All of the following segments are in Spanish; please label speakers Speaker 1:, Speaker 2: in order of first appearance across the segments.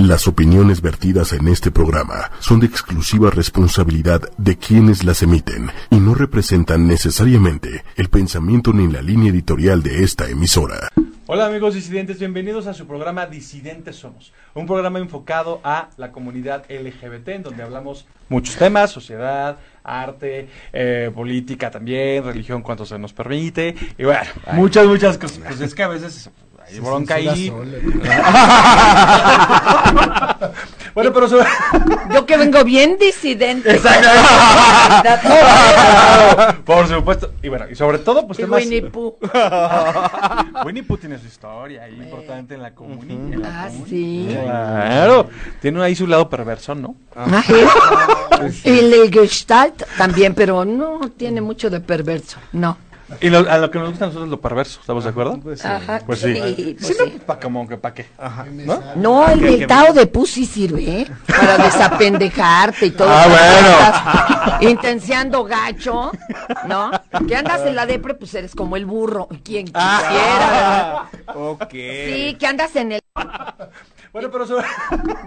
Speaker 1: Las opiniones vertidas en este programa son de exclusiva responsabilidad de quienes las emiten y no representan necesariamente el pensamiento ni la línea editorial de esta emisora.
Speaker 2: Hola amigos disidentes, bienvenidos a su programa Disidentes Somos, un programa enfocado a la comunidad LGBT, en donde hablamos muchos temas, sociedad, arte, eh, política también, religión cuanto se nos permite, y bueno, muchas, muchas cosas. Pues es que a veces hay bronca ahí. bueno, pero sobre...
Speaker 3: Yo que vengo bien disidente.
Speaker 2: Por supuesto. Y bueno, y sobre todo, pues
Speaker 3: Y
Speaker 2: temas...
Speaker 3: Winnie Pooh.
Speaker 2: Winnie Pooh tiene su historia ahí importante en la comunidad.
Speaker 3: Ah, sí.
Speaker 2: Claro, tiene ahí su lado perverso, ¿no?
Speaker 3: Ah. Ajá. Y el Gestalt también, pero no tiene mucho de perverso. No.
Speaker 2: Y lo- a lo que nos gusta a nosotros es lo perverso, ¿estamos de acuerdo?
Speaker 3: Ajá.
Speaker 2: Pues sí.
Speaker 3: pues
Speaker 2: Sí, no,
Speaker 3: sí.
Speaker 2: pa' como que pa' qué.
Speaker 3: Ah. No, el del Tao de Pus sí sirve, ¿eh? Para desapendejarte y todo.
Speaker 2: Ah,
Speaker 3: Cuando estás Intenciando gacho, ¿no? Que andas en la depre, pues eres como el burro, quien
Speaker 2: Ah.
Speaker 3: quisiera.
Speaker 4: Ok.
Speaker 3: Sí, que andas en el...
Speaker 2: Bueno, pero sobre...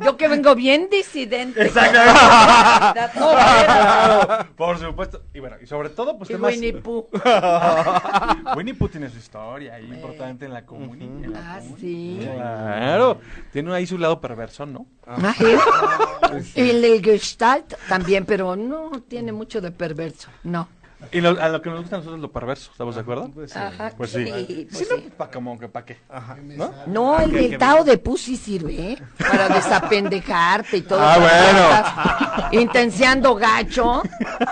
Speaker 3: Yo que vengo bien disidente.
Speaker 2: Claro, Por supuesto. Y bueno, y sobre todo, pues
Speaker 3: Y
Speaker 2: temas...
Speaker 3: Winnie Pooh.
Speaker 2: Winnie Pooh tiene su historia ahí importante en la comunidad.
Speaker 3: Ah, sí.
Speaker 2: Claro, tiene ahí su lado perverso, ¿no?
Speaker 3: Ajá. Y el Gestalt también, pero no tiene mucho de perverso. No.
Speaker 2: Y lo- a lo que nos gusta a nosotros es lo perverso, ¿estamos de acuerdo?
Speaker 3: Ajá.
Speaker 2: Pues sí.
Speaker 3: pues
Speaker 2: Sí,
Speaker 3: sí.
Speaker 2: no, pa' como que pa' qué.
Speaker 3: No, el del Tao de Pus sí sirve, ¿eh? Para desapendejarte y todo.
Speaker 2: Ah,
Speaker 3: Cuando estás Intenciando gacho,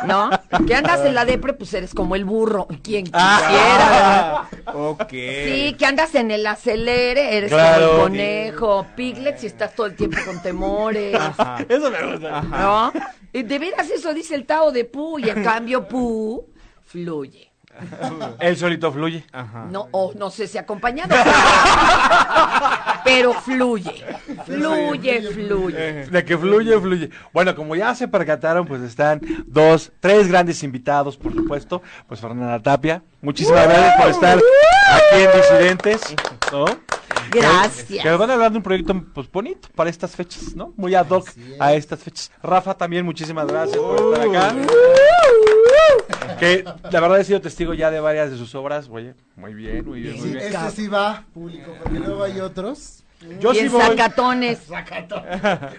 Speaker 3: ¿no? Que andas en la depre, pues eres como el burro, quien
Speaker 2: Ah.
Speaker 3: quisiera.
Speaker 4: Ok.
Speaker 3: Sí, que andas en el acelere, eres
Speaker 2: Eh, Claro.
Speaker 3: como el conejo, Piglet, y estás todo el tiempo con temores,
Speaker 2: Eso me gusta.
Speaker 3: ¿no? Y de veras eso dice el Tao de Pu, y en cambio Pu fluye.
Speaker 2: El solito fluye.
Speaker 3: No, o no sé si acompañado, pero- pero fluye, fluye, fluye.
Speaker 2: De que fluye, fluye. Bueno, como ya se percataron, pues están dos, tres grandes invitados, por supuesto. Pues Fernanda Tapia, muchísimas gracias por estar aquí en Disidentes, ¿no? Que
Speaker 3: Gracias.
Speaker 2: van a hablar de un proyecto pues bonito para estas fechas, ¿no? Muy ad hoc a estas fechas. Rafa también, muchísimas gracias por estar acá. Que la verdad he sido testigo ya de varias de sus obras. Oye, muy bien, muy bien, muy
Speaker 5: Sí,
Speaker 2: bien.
Speaker 5: este sí va público, porque luego hay otros.
Speaker 2: Yo sí
Speaker 3: Bien
Speaker 2: voy,
Speaker 3: sacatones.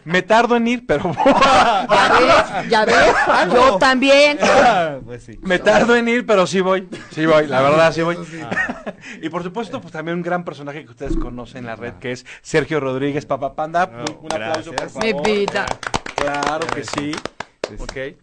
Speaker 2: me tardo en ir, pero voy.
Speaker 3: Ya ves, ya ves, yo también.
Speaker 4: Pues sí.
Speaker 2: Me tardo en ir, pero sí voy. Sí voy, la verdad, sí voy. Y por supuesto, pues también un gran personaje que ustedes conocen en la red, que es Sergio Rodríguez, Papá Panda. Un- un aplauso, por
Speaker 4: gracias.
Speaker 3: Mi
Speaker 2: favor.
Speaker 3: vida.
Speaker 2: Claro que sí. Ok.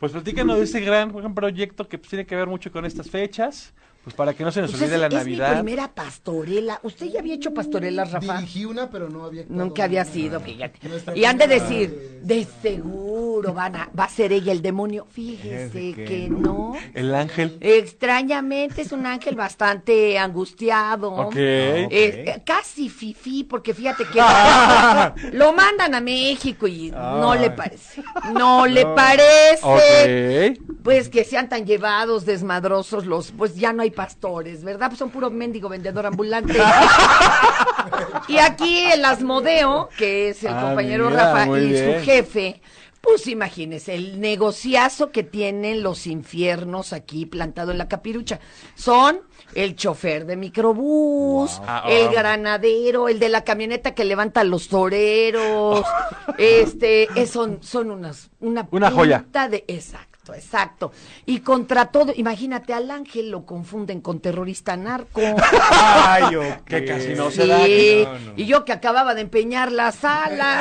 Speaker 2: Pues platícanos de este gran, gran proyecto que pues, tiene que ver mucho con estas fechas, pues para que no se nos
Speaker 3: Pues
Speaker 2: olvide
Speaker 3: es,
Speaker 2: la
Speaker 3: es mi
Speaker 2: Navidad.
Speaker 3: primera pastorela. ¿Usted ya había hecho pastorelas, Rafa?
Speaker 5: Dirigí una, pero no había. actuado
Speaker 3: Nunca había
Speaker 5: nunca.
Speaker 3: sido, fíjate.
Speaker 5: Nuestra
Speaker 3: Y han de
Speaker 5: primera
Speaker 3: decir,
Speaker 5: vez.
Speaker 3: de seguro van a, va a ser ella el demonio. Fíjese
Speaker 4: que
Speaker 3: que no.
Speaker 2: El ángel.
Speaker 3: Extrañamente es un ángel bastante angustiado.
Speaker 2: Ok.
Speaker 3: Eh, eh, casi fifí, porque fíjate que lo mandan a México y no le parece. No le parece.
Speaker 2: Ok.
Speaker 3: Pues que sean tan llevados, desmadrosos los, pues ya no hay pastores, ¿verdad? Pues son puro mendigo vendedor ambulante. y aquí el Asmodeo, que es el
Speaker 2: Ah,
Speaker 3: compañero
Speaker 2: mira,
Speaker 3: Rafa
Speaker 2: muy
Speaker 3: y
Speaker 2: bien.
Speaker 3: su jefe, pues imagínese el negociazo que tienen los infiernos aquí plantado en la capirucha. Son el chofer de microbús,
Speaker 2: Ah,
Speaker 3: el
Speaker 2: ah.
Speaker 3: granadero, el de la camioneta que levanta los toreros, este, es- son, son unas, una
Speaker 2: Una joya.
Speaker 3: Punta de, exacto, exacto. Y contra todo, imagínate al ángel lo confunden con terrorista narco.
Speaker 4: Ay, ok.
Speaker 2: Que casi no se
Speaker 3: Sí,
Speaker 2: da.
Speaker 3: Y yo que acababa de empeñar la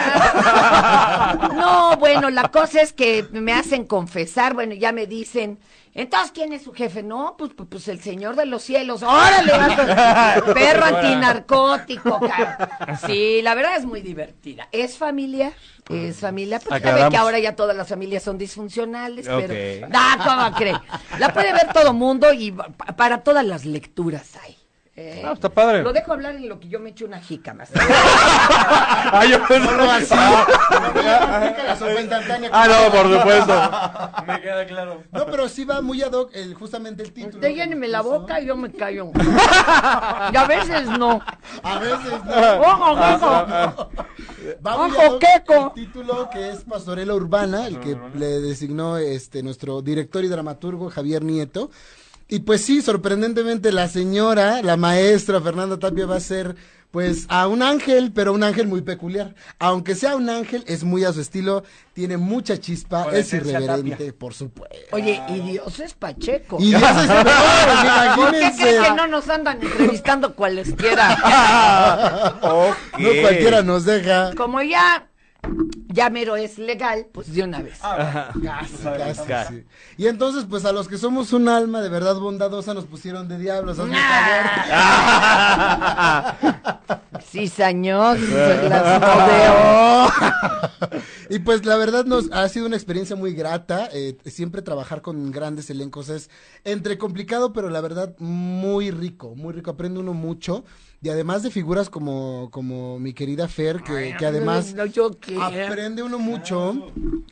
Speaker 3: sala. No, bueno, la cosa es que me hacen confesar, bueno, ya me dicen, entonces, ¿quién es su jefe? No, pues, pues, pues, el señor de los cielos. Órale, vato! perro antinarcótico, cara. Sí, la verdad es muy divertida. Es familiar, es familiar, porque ya ve que
Speaker 2: Aclaramos.
Speaker 3: ahora ya todas las familias son disfuncionales, pero...
Speaker 4: Ok.
Speaker 3: Ah, ¿cómo cree? La puede ver todo mundo y pa- para todas las lecturas hay. Eh,
Speaker 2: Ah, está padre.
Speaker 3: Lo dejo hablar en lo que yo me echo una jícama.
Speaker 2: Ah, yo
Speaker 5: La sopa instantánea.
Speaker 2: Ah, no, por supuesto. Me queda claro.
Speaker 5: No, pero sí va muy ad hoc el, justamente el título.
Speaker 3: Déjenme la
Speaker 5: Eso.
Speaker 3: boca y yo me callo. Y a veces no.
Speaker 5: A veces no. Ah,
Speaker 3: Ojo, ojo.
Speaker 5: Va muy
Speaker 3: Ojo,
Speaker 5: ad hoc
Speaker 3: queco.
Speaker 5: El título que es Pastorela Urbana, el que le designó este nuestro director y dramaturgo Javier Nieto. Y pues sí, sorprendentemente la señora, la maestra Fernanda Tapia va a ser pues a un ángel, pero un ángel muy peculiar. Aunque sea un ángel, es muy a su estilo, tiene mucha chispa,
Speaker 2: Con
Speaker 5: es
Speaker 2: esencia
Speaker 5: irreverente, por supuesto.
Speaker 3: Oye, y Dios es Pacheco.
Speaker 5: Y eso es lo peor,
Speaker 3: ¿Por qué crees que
Speaker 5: imagínense.
Speaker 3: no nos andan entrevistando cualesquiera?
Speaker 4: Ok.
Speaker 5: No cualquiera nos deja.
Speaker 3: Como ya, ya mero es legal, pues de una vez.
Speaker 5: Ah, Casi, sí. Y entonces, pues a los que somos un alma de verdad bondadosa nos pusieron de diablos. hazme
Speaker 3: Ah.
Speaker 5: favor.
Speaker 3: Cizañoso, Glasnodeo.
Speaker 5: y pues la verdad nos ha sido una experiencia muy grata. eh, siempre trabajar con grandes elencos es entre complicado, pero la verdad muy rico, muy rico. Aprende uno mucho. Y además de figuras como, como mi querida Fer, que, que además...
Speaker 3: No, yo qué.
Speaker 5: Aprende uno mucho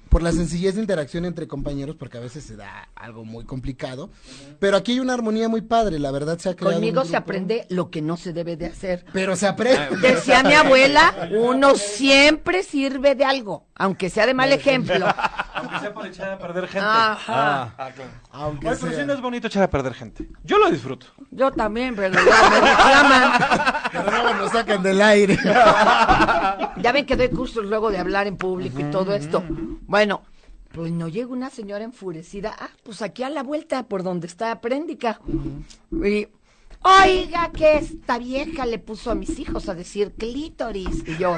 Speaker 5: por la sencillez de interacción entre compañeros, porque a veces se da algo muy complicado. Pero aquí hay una armonía muy padre, la verdad se ha creado. un
Speaker 3: Conmigo se
Speaker 5: grupo.
Speaker 3: aprende lo que no se debe de hacer.
Speaker 5: Pero se
Speaker 2: Ah,
Speaker 5: aprende.
Speaker 3: Decía mi abuela, uno siempre sirve de algo, aunque sea de mal ejemplo.
Speaker 2: Aunque sea para echar a perder gente.
Speaker 3: Ajá.
Speaker 2: Ah, claro.
Speaker 5: Aunque
Speaker 2: Oye,
Speaker 5: sea.
Speaker 2: pero sí no es bonito echar a perder gente. Yo lo disfruto.
Speaker 3: Yo también, pero luego me reclaman.
Speaker 5: Pero luego nos sacan del aire.
Speaker 3: Ya ven que doy cursos luego de hablar en público y todo esto. Bueno, pues no llega una señora enfurecida. Ah, pues aquí a la vuelta por donde está Préndica. Y, oiga, que esta vieja le puso a mis hijos a decir clítoris. Y yo,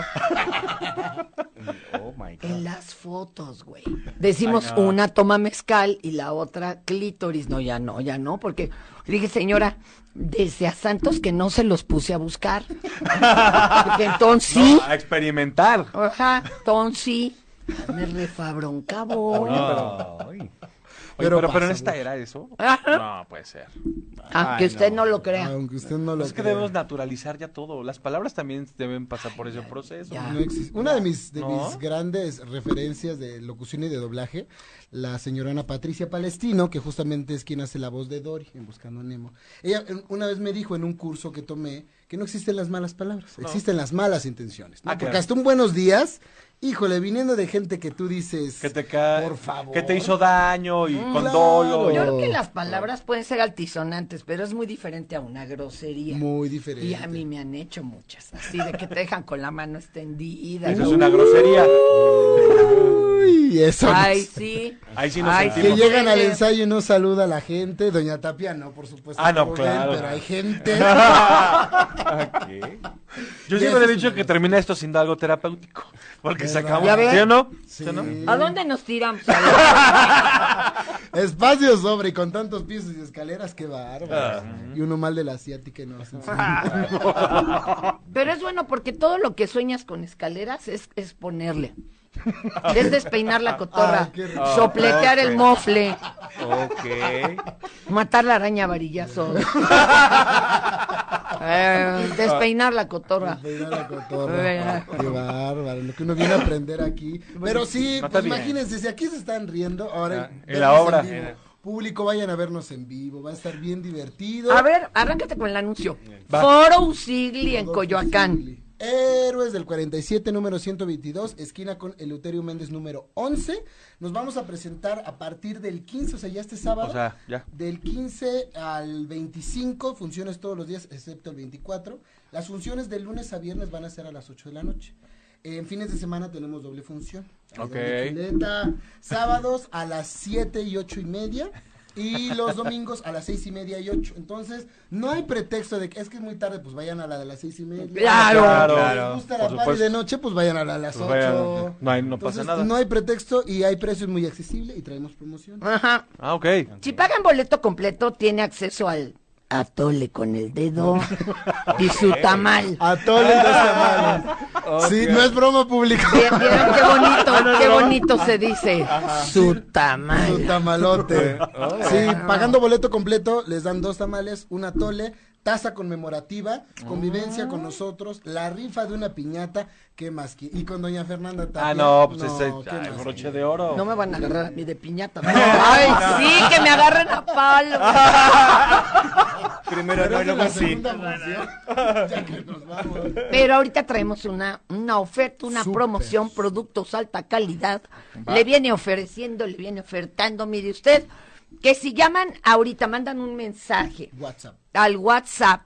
Speaker 4: Oh my
Speaker 3: en las fotos, güey. Decimos una toma mezcal y la otra clítoris. No, ya no, ya no, porque le dije, señora, desde a Santos que no se los puse a buscar. Porque entonces sí.
Speaker 2: No, a experimentar.
Speaker 3: Ajá, Tonsi. Me refabroncabo.
Speaker 4: Ay.
Speaker 2: Oye,
Speaker 5: Pero
Speaker 2: pero, pero en
Speaker 5: pasa
Speaker 2: esta
Speaker 5: mucho.
Speaker 2: era eso.
Speaker 3: Ajá.
Speaker 2: No, puede ser.
Speaker 3: Aunque
Speaker 4: Ay,
Speaker 3: Ah, usted no.
Speaker 4: no.
Speaker 3: lo crea.
Speaker 5: Aunque usted no lo
Speaker 3: pues
Speaker 2: Es que
Speaker 5: crea.
Speaker 2: debemos naturalizar ya todo. Las palabras también deben pasar por ese proceso.
Speaker 3: ya.
Speaker 5: No existe. Una de mis, de
Speaker 2: ¿No?
Speaker 5: mis grandes referencias de locución y de doblaje, la señora Ana Patricia Palestino, que justamente es quien hace la voz de Dory en Buscando a Nemo. Ella eh, una vez me dijo en un curso que tomé que no existen las malas palabras, existen las malas intenciones. ¿no?
Speaker 2: Ah,
Speaker 5: Porque
Speaker 2: claro.
Speaker 5: hasta un buenos días, híjole, viniendo de gente que tú dices,
Speaker 2: Que te cae.
Speaker 5: por favor,
Speaker 2: Que te hizo daño y con
Speaker 5: claro.
Speaker 2: dolo.
Speaker 3: Mm, Yo creo que las palabras pueden ser altisonantes, pero es muy diferente a una grosería.
Speaker 5: muy diferente.
Speaker 3: y a mí me han hecho muchas, así de que te dejan con la mano extendida.
Speaker 2: Eso es una grosería.
Speaker 5: Uy, eso no
Speaker 3: Ay,
Speaker 5: sé.
Speaker 3: sí.
Speaker 2: Ahí sí nos
Speaker 3: Ay,
Speaker 5: Que
Speaker 2: sentimos.
Speaker 5: llegan al
Speaker 3: Sí.
Speaker 5: ensayo y no saluda a la gente. Doña Tapia no, por supuesto.
Speaker 2: Ah, no,
Speaker 5: joven,
Speaker 2: claro.
Speaker 5: Pero hay gente.
Speaker 4: ¿Qué?
Speaker 2: Yo siempre he dicho que termina esto sin algo terapéutico. Porque se
Speaker 5: ¿Verdad?
Speaker 2: acabó.
Speaker 3: ¿Ya ves?
Speaker 2: ¿Sí o no?
Speaker 5: Sí.
Speaker 2: o no?
Speaker 3: ¿A dónde nos tiramos?
Speaker 5: Espacio sobre y con tantos pisos y escaleras, qué bárbaro.
Speaker 2: Ah.
Speaker 5: Y uno mal de la asiática y no hacen sentido.
Speaker 3: Pero es bueno porque todo lo que sueñas con escaleras es, es ponerle. Es despeinar la cotorra,
Speaker 5: Ay, qué rico.
Speaker 3: sopletear el mofle,
Speaker 4: Ok.
Speaker 3: matar la araña a varillazos, Eh, despeinar la cotorra.
Speaker 5: Despeinar la cotorra. Qué bárbaro, lo que uno viene a aprender aquí. Pero sí,
Speaker 2: No está
Speaker 5: pues
Speaker 2: bien.
Speaker 5: imagínense, si aquí se están riendo, ahora
Speaker 2: Ah, en la
Speaker 5: vernos
Speaker 2: obra.
Speaker 5: vivo. Público, vayan a vernos en vivo, va a estar bien divertido.
Speaker 2: Ah,
Speaker 3: A ver, arráncate con el anuncio.
Speaker 2: Va.
Speaker 3: Foro Usigli en
Speaker 5: Rodolfo
Speaker 3: Coyoacán.
Speaker 5: Zurli. Héroes del 47, número 122, esquina con Eleuterio Méndez, número 11. Nos vamos a presentar a partir del 15, o sea, ya este sábado.
Speaker 2: O sea, ya.
Speaker 5: Del 15 al 25, funciones todos los días, excepto el 24. Las funciones de lunes a viernes van a ser a las 8 de la noche. En fines de semana tenemos doble función. Ahí
Speaker 2: Ok.
Speaker 5: doble chuleta. Sábados a las 7 y 8 y media. Y los domingos a las seis y media y 8. Entonces, no hay pretexto de que es que es muy tarde, pues vayan a la de las seis y media.
Speaker 3: Claro.
Speaker 5: Si
Speaker 2: Claro,
Speaker 5: les gusta
Speaker 2: por
Speaker 5: la party
Speaker 2: supuesto.
Speaker 5: de noche, pues vayan a la de las
Speaker 2: Pues
Speaker 5: 8.
Speaker 2: vayan, no hay- no pasa nada.
Speaker 5: No hay pretexto y hay precios muy accesibles y traemos promoción.
Speaker 3: Ajá.
Speaker 2: Ah, ok.
Speaker 3: Si pagan boleto completo, tiene acceso al atole con el dedo y su tamal.
Speaker 5: A todos los tamales. Sí, no es broma público.
Speaker 3: Vieron qué bonito, qué bonito se dice. Su
Speaker 5: Su
Speaker 3: tamal.
Speaker 5: tamalote. Sí, pagando boleto completo les dan dos tamales, una tole, taza conmemorativa, convivencia con nosotros, la rifa de una piñata, ¿qué más? qui- Y con doña Fernanda Tapia.
Speaker 2: Ah, no, pues ese
Speaker 5: ¿qué
Speaker 2: ay,
Speaker 5: más
Speaker 2: broche
Speaker 5: qui-
Speaker 2: de oro.
Speaker 3: No me van a agarrar a mí de piñata. ¿no? Ay, sí, que me agarren a palo.
Speaker 4: Primero
Speaker 5: Pero
Speaker 4: no
Speaker 5: es
Speaker 4: y luego
Speaker 5: la
Speaker 4: sí.
Speaker 5: segunda función, ya que nos vamos.
Speaker 3: Pero ahorita traemos una, una oferta, una
Speaker 5: Súper.
Speaker 3: promoción, productos alta calidad. Le viene ofreciendo, le viene ofertando. Mire usted, que si llaman ahorita, mandan un mensaje
Speaker 5: WhatsApp.
Speaker 3: al WhatsApp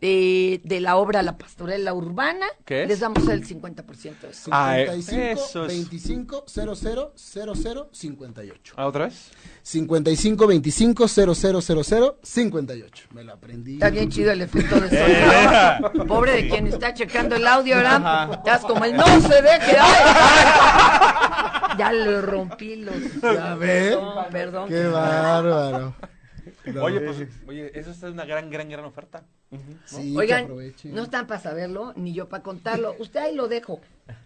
Speaker 3: de, de la obra La Pastorela Urbana,
Speaker 2: ¿Qué es?
Speaker 3: les damos el 50% de eso.
Speaker 2: Ah, eh,
Speaker 5: 55
Speaker 2: eso es.
Speaker 5: 25 00 00 58.
Speaker 2: ¿Ah, otra vez?
Speaker 5: 55 25 00 00 58. Me lo aprendí.
Speaker 3: Está bien chido el efecto de sonido.
Speaker 5: Eh.
Speaker 3: Pobre de quien está checando el audio, ¿verdad? Estás como el no se ve que ay". Ya le rompí los.
Speaker 5: Ya ve.
Speaker 3: Perdón, perdón.
Speaker 5: Qué bárbaro.
Speaker 2: Oye, pues, oye, eso está una gran, gran, gran oferta.
Speaker 5: Sí, que
Speaker 3: Oigan,
Speaker 5: aprovechen.
Speaker 3: no están para saberlo, ni yo para contarlo. Usted ahí lo dejo.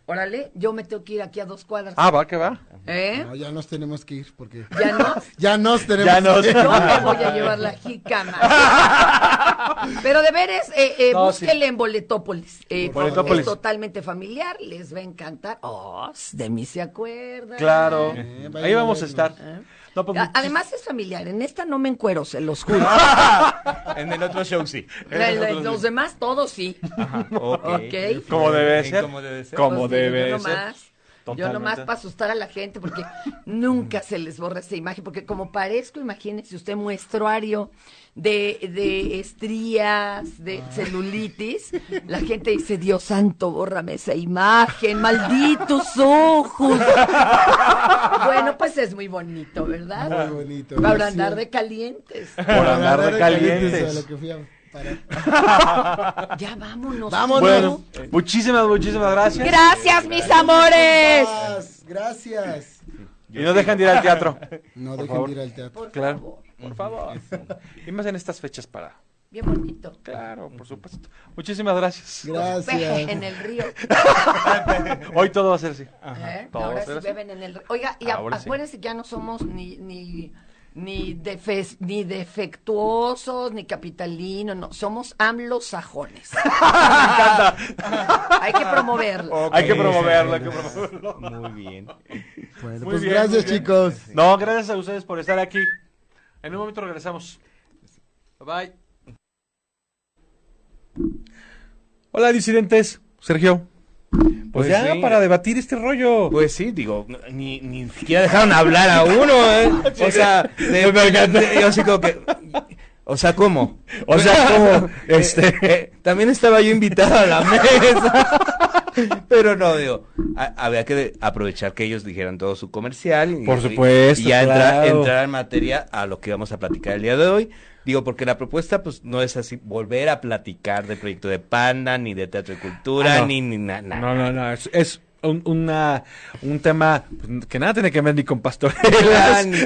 Speaker 3: Órale, yo me tengo que ir aquí a dos cuadras.
Speaker 2: Ah, va, que va.
Speaker 3: ¿Eh?
Speaker 5: No, ya nos tenemos que ir porque
Speaker 3: Ya no.
Speaker 5: ya nos tenemos
Speaker 2: Ya nos-
Speaker 5: que ir.
Speaker 3: Yo me voy a llevar la jícama. Pero de veras, eh, eh,
Speaker 2: No,
Speaker 3: búsquenle en Boletópolis. eh,
Speaker 2: Boletópolis.
Speaker 3: Es totalmente familiar, les va a encantar. Oh, de mí se acuerdan.
Speaker 2: Claro.
Speaker 5: Eh, vayan
Speaker 2: Ahí
Speaker 5: a
Speaker 2: vamos a
Speaker 5: vernos.
Speaker 2: estar. No, pues,
Speaker 3: A- Además es familiar, en esta no me encuero, se los juro.
Speaker 4: En el otro show sí.
Speaker 3: En la- en los demás todos sí.
Speaker 4: Ajá, ok.
Speaker 3: Ok.
Speaker 2: Como debe
Speaker 4: Sí,
Speaker 2: ser.
Speaker 4: como debe ser.
Speaker 2: Como
Speaker 3: Pues sí,
Speaker 2: debe
Speaker 3: yo
Speaker 2: ser.
Speaker 3: nomás, Yo nomás
Speaker 2: Totalmente.
Speaker 3: para asustar a la gente, porque nunca se les borra esa imagen, porque como parezco, imagínense usted muestruario de, de estrías, de
Speaker 2: Ah.
Speaker 3: celulitis, la gente dice, Dios santo, bórrame esa imagen, malditos ojos. bueno, pues es muy bonito, ¿verdad?
Speaker 5: Muy bonito.
Speaker 3: Para
Speaker 5: gracias.
Speaker 3: andar de calientes.
Speaker 2: Por andar de
Speaker 5: a lo
Speaker 2: calientes.
Speaker 5: que fui a parar.
Speaker 3: Pues. Ya vámonos.
Speaker 5: Vámonos.
Speaker 2: Bueno, eh, muchísimas, muchísimas gracias.
Speaker 3: Gracias, mis amores.
Speaker 5: Gracias, Gracias.
Speaker 2: Y no dejan de ir al teatro.
Speaker 5: No
Speaker 2: Por
Speaker 5: dejen
Speaker 2: favor.
Speaker 5: de ir al teatro.
Speaker 2: Claro. Por favor. Y más en estas fechas para.
Speaker 3: Bien bonito.
Speaker 2: Claro, por supuesto. Muchísimas gracias.
Speaker 5: Gracias.
Speaker 3: En el río.
Speaker 2: Hoy todo va a ser así.
Speaker 3: ¿eh?
Speaker 2: Todo
Speaker 3: Ahora
Speaker 2: va a
Speaker 3: sí
Speaker 2: ser así.
Speaker 3: beben en el río. Oiga, y a-
Speaker 2: Ahora sí.
Speaker 3: acuérdense que ya no somos ni, ni, ni, defes- ni defectuosos, ni capitalinos, no. Somos anglosajones. Hay que promoverlo.
Speaker 2: Hay que promoverlo, hay que promoverlo.
Speaker 4: Muy bien.
Speaker 5: Bueno,
Speaker 2: Muy
Speaker 5: pues
Speaker 2: bien, muy
Speaker 5: gracias,
Speaker 2: bien.
Speaker 5: chicos.
Speaker 2: No, gracias a ustedes por estar aquí. En un momento regresamos. Bye bye. Hola, disidentes. Sergio. Pues,
Speaker 4: Pues
Speaker 2: ya
Speaker 4: sí.
Speaker 2: para debatir este rollo.
Speaker 4: Pues sí, digo, ni, ni siquiera dejaron hablar a uno, ¿eh? O sea, de- de- yo sí como que... O sea, ¿cómo? O sea,
Speaker 2: Eh,
Speaker 4: ¿cómo? Este, también estaba yo invitado a la mesa. Pero no, digo, a- había que aprovechar que ellos dijeran todo su comercial. y-
Speaker 2: Por supuesto,
Speaker 4: Y ya entra-
Speaker 2: claro.
Speaker 4: entrar en materia a lo que vamos a platicar el día de hoy. Digo, porque la propuesta, pues, no es así, volver a platicar del proyecto de Panda, ni de Teatro y Cultura,
Speaker 2: Ah, no.
Speaker 4: ni, ni nada.
Speaker 2: No, no, no. Es, es un, una, un tema pues, que nada tiene que ver ni con pastorelas.
Speaker 4: ni,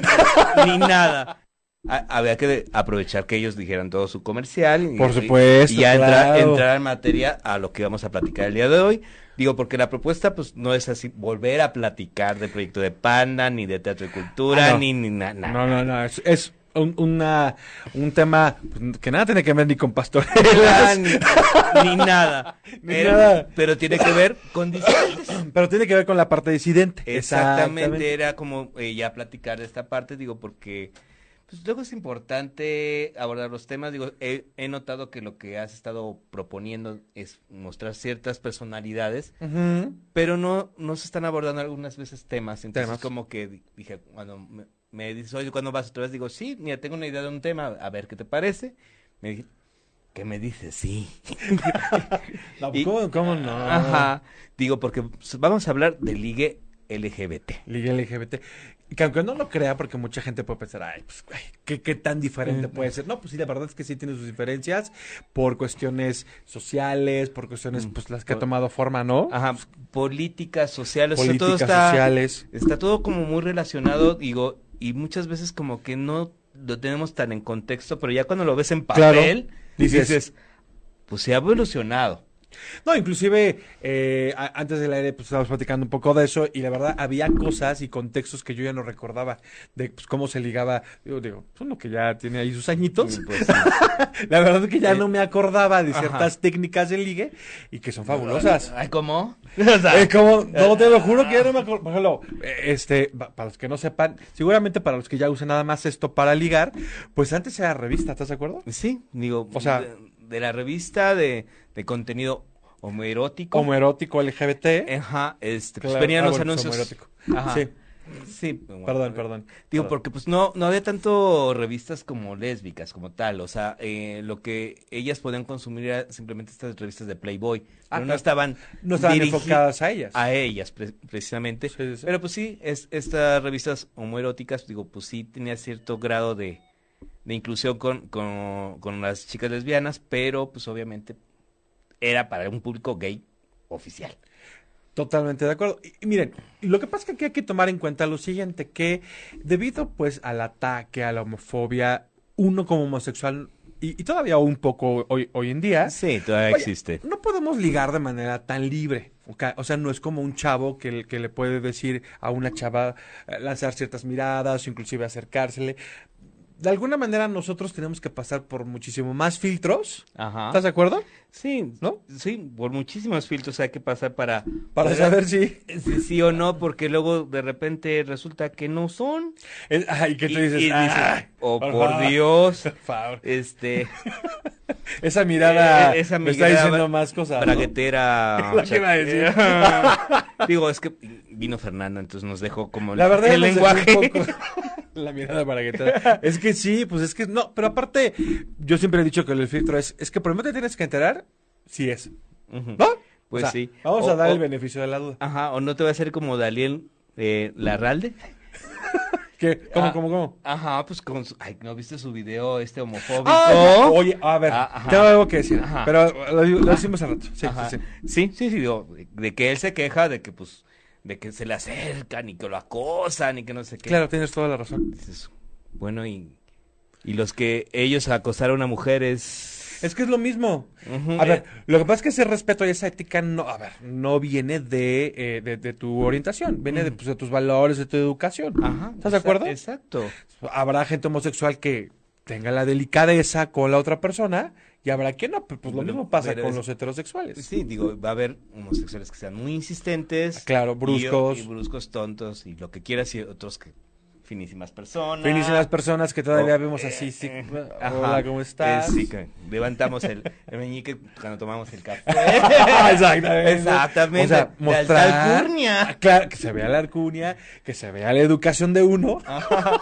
Speaker 4: ni nada. Ha- Había que de- aprovechar que ellos dijeran todo su comercial. y-
Speaker 2: Por supuesto,
Speaker 4: Y ya entra-
Speaker 2: claro.
Speaker 4: entrar en materia a lo que vamos a platicar el día de hoy. Digo, porque la propuesta, pues, no es así, volver a platicar del proyecto de Panda, ni de Teatro y Cultura,
Speaker 2: Ah, no.
Speaker 4: ni, ni na- nada.
Speaker 2: No, no, no. Es, es un, una, un tema pues, que nada tiene que ver ni con pastorelas.
Speaker 4: Ni, ni nada.
Speaker 2: Ni
Speaker 4: Pero-
Speaker 2: nada.
Speaker 4: Pero tiene que ver con disidentes.
Speaker 2: Pero tiene que ver con la parte disidente.
Speaker 4: Exactamente, era como eh, ya platicar de esta parte, digo, porque pues, luego es importante abordar los temas, digo, he, he notado que lo que has estado proponiendo es mostrar ciertas personalidades,
Speaker 2: Ujú.
Speaker 4: pero no, no se están abordando algunas veces temas, entonces
Speaker 2: Temas.
Speaker 4: como que di- dije, cuando me, me dices, oye, ¿cuándo vas otra vez? Digo, sí, mira, tengo una idea de un tema, a ver qué te parece, me dije, ¿qué me dices? Sí.
Speaker 2: No,
Speaker 4: Y-
Speaker 2: ¿cómo, cómo no?
Speaker 4: Ajá, digo, porque pues, vamos a hablar de ligue LGBT.
Speaker 2: Liga LGBT. Que aunque no lo crea, porque mucha gente puede pensar, ay, pues, ay, ¿qué, qué tan diferente puede ser? No, pues sí, la verdad es que sí tiene sus diferencias por cuestiones sociales, por cuestiones, pues, las que ha tomado forma, ¿no?
Speaker 4: Ajá, políticas sociales, o sea,
Speaker 2: Políticas
Speaker 4: Ah, todo está,
Speaker 2: sociales.
Speaker 4: está todo como muy relacionado, digo, y muchas veces como que no lo tenemos tan en contexto, pero ya cuando lo ves en
Speaker 2: Claro.
Speaker 4: papel,
Speaker 2: Dices-
Speaker 4: dices, pues se ha evolucionado.
Speaker 2: No, inclusive eh, a- antes del aire pues estábamos platicando un poco de eso y la verdad había cosas y contextos que yo ya no recordaba de pues, cómo se ligaba, yo digo, pues uno que ya tiene ahí sus añitos. la verdad es que ya no me acordaba de ciertas técnicas de ligue y que son fabulosas.
Speaker 4: Ay, ¿cómo?
Speaker 2: Es como, Eh, no te lo juro que ya no me acuerdo. Por ejemplo, eh, este, pa- para los que no sepan, seguramente para los que ya usen nada más esto para ligar, pues antes era revista, ¿estás de acuerdo?
Speaker 4: Sí, digo,
Speaker 2: O sea-
Speaker 4: de, de la revista de, de contenido homoerótico.
Speaker 2: Como erótico LGBT.
Speaker 4: Ajá, este, pues
Speaker 2: Claro.
Speaker 4: venían
Speaker 2: Ah,
Speaker 4: los
Speaker 2: bueno, pues,
Speaker 4: anuncios.
Speaker 2: homoerótico.
Speaker 4: Ajá.
Speaker 2: Sí.
Speaker 4: Sí, bueno,
Speaker 2: Perdón,
Speaker 4: eh,
Speaker 2: perdón.
Speaker 4: Digo,
Speaker 2: Perdón.
Speaker 4: porque pues no, no había tanto revistas como lésbicas, como tal. O sea, eh, lo que ellas podían consumir era simplemente estas revistas de Playboy.
Speaker 2: Ah,
Speaker 4: pero no
Speaker 2: claro.
Speaker 4: estaban,
Speaker 2: No estaban
Speaker 4: dirigi-
Speaker 2: enfocadas a ellas.
Speaker 4: A ellas, pre- precisamente.
Speaker 2: Sí, sí, sí.
Speaker 4: Pero pues sí, es, estas revistas homoeróticas, digo, pues sí tenía cierto grado de, de inclusión con, con, con las chicas lesbianas, pero pues obviamente era para un público gay oficial.
Speaker 2: Totalmente de acuerdo. Y, y miren, lo que pasa es que aquí hay que tomar en cuenta lo siguiente, que debido pues al ataque, a la homofobia, uno como homosexual, y, y todavía un poco hoy, hoy en día,
Speaker 4: Sí, todavía
Speaker 2: Oye,
Speaker 4: existe.
Speaker 2: No podemos ligar de manera tan libre. ¿ok? O sea, no es como un chavo que, le- que le puede decir a una chava, eh, lanzar ciertas miradas, inclusive acercársele. De alguna manera nosotros tenemos que pasar por muchísimo más filtros.
Speaker 4: Ajá.
Speaker 2: ¿Estás de acuerdo?
Speaker 4: Sí,
Speaker 2: ¿No?
Speaker 4: Sí, por muchísimos filtros hay que pasar para...
Speaker 2: Para saber si...
Speaker 4: si sí o no, porque luego de repente resulta que no son.
Speaker 2: Es- Ay, ¿qué tú
Speaker 4: Y-
Speaker 2: dices?
Speaker 4: y dices,
Speaker 2: Ay,
Speaker 4: oh, por,
Speaker 2: favor,
Speaker 4: Dios.
Speaker 2: por favor.
Speaker 4: Este,
Speaker 2: Esa mirada
Speaker 4: eh, esa
Speaker 2: me está
Speaker 4: mirada
Speaker 2: diciendo
Speaker 4: bra-
Speaker 2: más cosas. ¿no?
Speaker 4: braguetera.
Speaker 2: La que iba a decir.
Speaker 4: Digo, es que vino Fernando, entonces nos dejó como
Speaker 2: La verdad
Speaker 4: el
Speaker 2: nos dejó un
Speaker 4: lenguaje.
Speaker 2: poco- La mirada braguetera. Es que sí, pues es que no, pero aparte, yo siempre he dicho que el filtro es, es que primero te tienes que enterar si es,
Speaker 4: Ujú.
Speaker 2: ¿no?
Speaker 4: Pues
Speaker 2: O sea,
Speaker 4: sí.
Speaker 2: Vamos
Speaker 4: O-
Speaker 2: a dar
Speaker 4: o-
Speaker 2: el beneficio de la duda.
Speaker 4: Ajá, o no te va a hacer como Daliel eh, Larralde.
Speaker 2: ¿Qué? ¿Cómo,
Speaker 4: Ah.
Speaker 2: cómo, cómo?
Speaker 4: Ajá, pues con su- Ay, ¿no viste su video este homofóbico?
Speaker 2: Ah, oye, a ver,
Speaker 4: Ah, ajá.
Speaker 2: tengo algo que decir,
Speaker 4: Ajá.
Speaker 2: pero lo, digo- lo decimos al rato. Sí,
Speaker 4: Ajá.
Speaker 2: sí, sí.
Speaker 4: sí, sí, sí, digo, de que él se queja de que, pues, de que se le acercan y que lo acosan y que no sé qué.
Speaker 2: Claro, tienes toda la razón.
Speaker 4: Dices, bueno, y, y los que ellos acosaron a mujeres.
Speaker 2: Es que es lo mismo.
Speaker 4: Ujú. eh,
Speaker 2: A ver, lo que pasa es que ese respeto y esa ética no, a ver, no viene de, eh, de, de tu orientación, viene de, pues, de tus valores, de tu educación. ¿Estás de
Speaker 4: exa-
Speaker 2: acuerdo?
Speaker 4: Exacto.
Speaker 2: habrá gente homosexual que tenga la delicadeza con la otra persona y habrá que no, pero, pues lo
Speaker 4: Pero-
Speaker 2: mismo pasa
Speaker 4: pero
Speaker 2: con
Speaker 4: es-
Speaker 2: los heterosexuales.
Speaker 4: Sí, digo, va a haber homosexuales que sean muy insistentes.
Speaker 2: Ah, Claro,
Speaker 4: y-
Speaker 2: bruscos.
Speaker 4: Y, bruscos, tontos y lo que quieras y otros que finísimas personas.
Speaker 2: Finísimas personas que todavía
Speaker 4: Oh,
Speaker 2: vemos
Speaker 4: eh,
Speaker 2: así, sí,
Speaker 4: eh,
Speaker 2: hola,
Speaker 4: ajá.
Speaker 2: ¿cómo estás?
Speaker 4: Eh, sí, que levantamos el, el meñique cuando tomamos el café.
Speaker 2: Exactamente.
Speaker 4: Exactamente.
Speaker 2: O sea,
Speaker 4: De alta
Speaker 2: mostrar. Ah,
Speaker 4: alcurnia.
Speaker 2: Claro, que se vea la alcurnia, que se vea la educación de uno.
Speaker 4: Ah,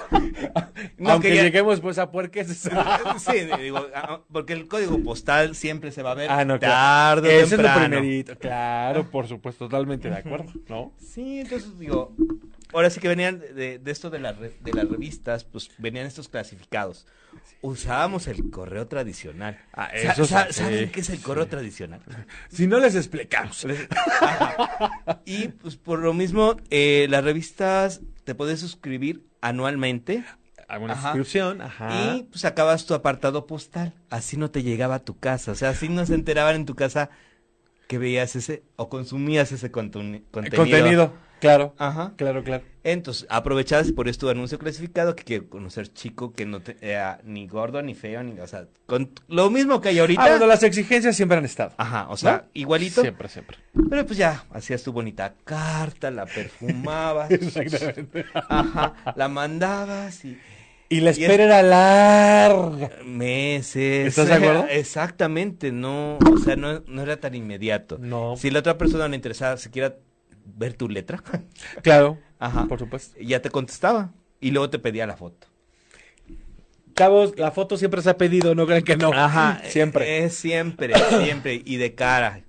Speaker 4: No,
Speaker 2: aunque
Speaker 4: que ya- Ah,
Speaker 2: lleguemos pues a puerques.
Speaker 4: Sí, digo, ah, porque el código postal siempre se va a ver
Speaker 2: Ah, no, claro.
Speaker 4: tarde o
Speaker 2: Eso es lo
Speaker 4: temprano.
Speaker 2: primerito. Claro, por supuesto, totalmente de acuerdo, ¿no?
Speaker 4: Sí, entonces digo, ahora sí que venían de, de esto de, la re- de las revistas, pues venían estos clasificados. Usábamos el correo tradicional.
Speaker 2: Ah,
Speaker 4: Sa-
Speaker 2: eso
Speaker 4: sa-
Speaker 2: sí.
Speaker 4: ¿Saben qué es el correo tradicional?
Speaker 2: Si no les explicamos.
Speaker 4: Y pues por lo mismo, eh, las revistas te puedes suscribir anualmente
Speaker 2: Alguna
Speaker 4: Ajá.
Speaker 2: suscripción, ajá.
Speaker 4: y pues sacabas tu apartado postal. Así no te llegaba a tu casa, o sea, así no se enteraban en tu casa que veías ese o consumías ese contuni- contenido.
Speaker 2: Contenido, claro.
Speaker 4: Ajá.
Speaker 2: Claro, claro.
Speaker 4: Entonces, aprovechabas por esto anuncio clasificado que quiero conocer chico que no te, era ni gordo, ni feo, ni, o sea, con lo mismo que hay ahorita.
Speaker 2: Ah, bueno, las exigencias siempre han estado.
Speaker 4: Ajá, o sea,
Speaker 2: ¿No?
Speaker 4: igualito.
Speaker 2: Siempre, siempre.
Speaker 4: Pero pues ya, hacías tu bonita carta, la perfumabas.
Speaker 2: Exactamente.
Speaker 4: Ajá, la mandabas y
Speaker 2: Y la
Speaker 4: Y
Speaker 2: espera era larga.
Speaker 4: meses.
Speaker 2: ¿Estás de acuerdo?
Speaker 4: Exactamente, no, o sea, no, no era tan inmediato.
Speaker 2: No.
Speaker 4: Si la otra persona le interesaba siquiera ver tu letra,
Speaker 2: Claro.
Speaker 4: Ajá.
Speaker 2: Por supuesto.
Speaker 4: ya te contestaba y luego te pedía la foto.
Speaker 2: Cabos, la foto siempre se ha pedido, no crean que no.
Speaker 4: Ajá.
Speaker 2: Siempre.
Speaker 4: Es Eh, siempre, siempre. Y de cara.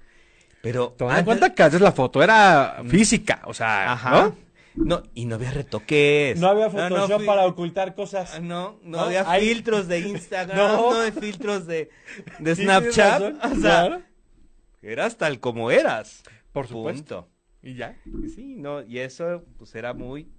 Speaker 4: Pero.
Speaker 2: Tomando en
Speaker 4: antes-
Speaker 2: cuenta que antes la foto era física, o sea,
Speaker 4: Ajá.
Speaker 2: ¿no?
Speaker 4: ¿no? y no había retoques. fui-
Speaker 2: ocultar cosas.
Speaker 4: Ah, No, no,
Speaker 2: ¿No?
Speaker 4: había
Speaker 2: Ahí-
Speaker 4: filtros de Instagram,
Speaker 2: No.
Speaker 4: no, hay filtros de, de
Speaker 2: Sí, tienes
Speaker 4: Snapchat.
Speaker 2: razón,
Speaker 4: O sea,
Speaker 2: claro.
Speaker 4: eras tal como eras.
Speaker 2: Por supuesto.
Speaker 4: Punto.
Speaker 2: Y ya.
Speaker 4: Sí, no, y eso pues era muy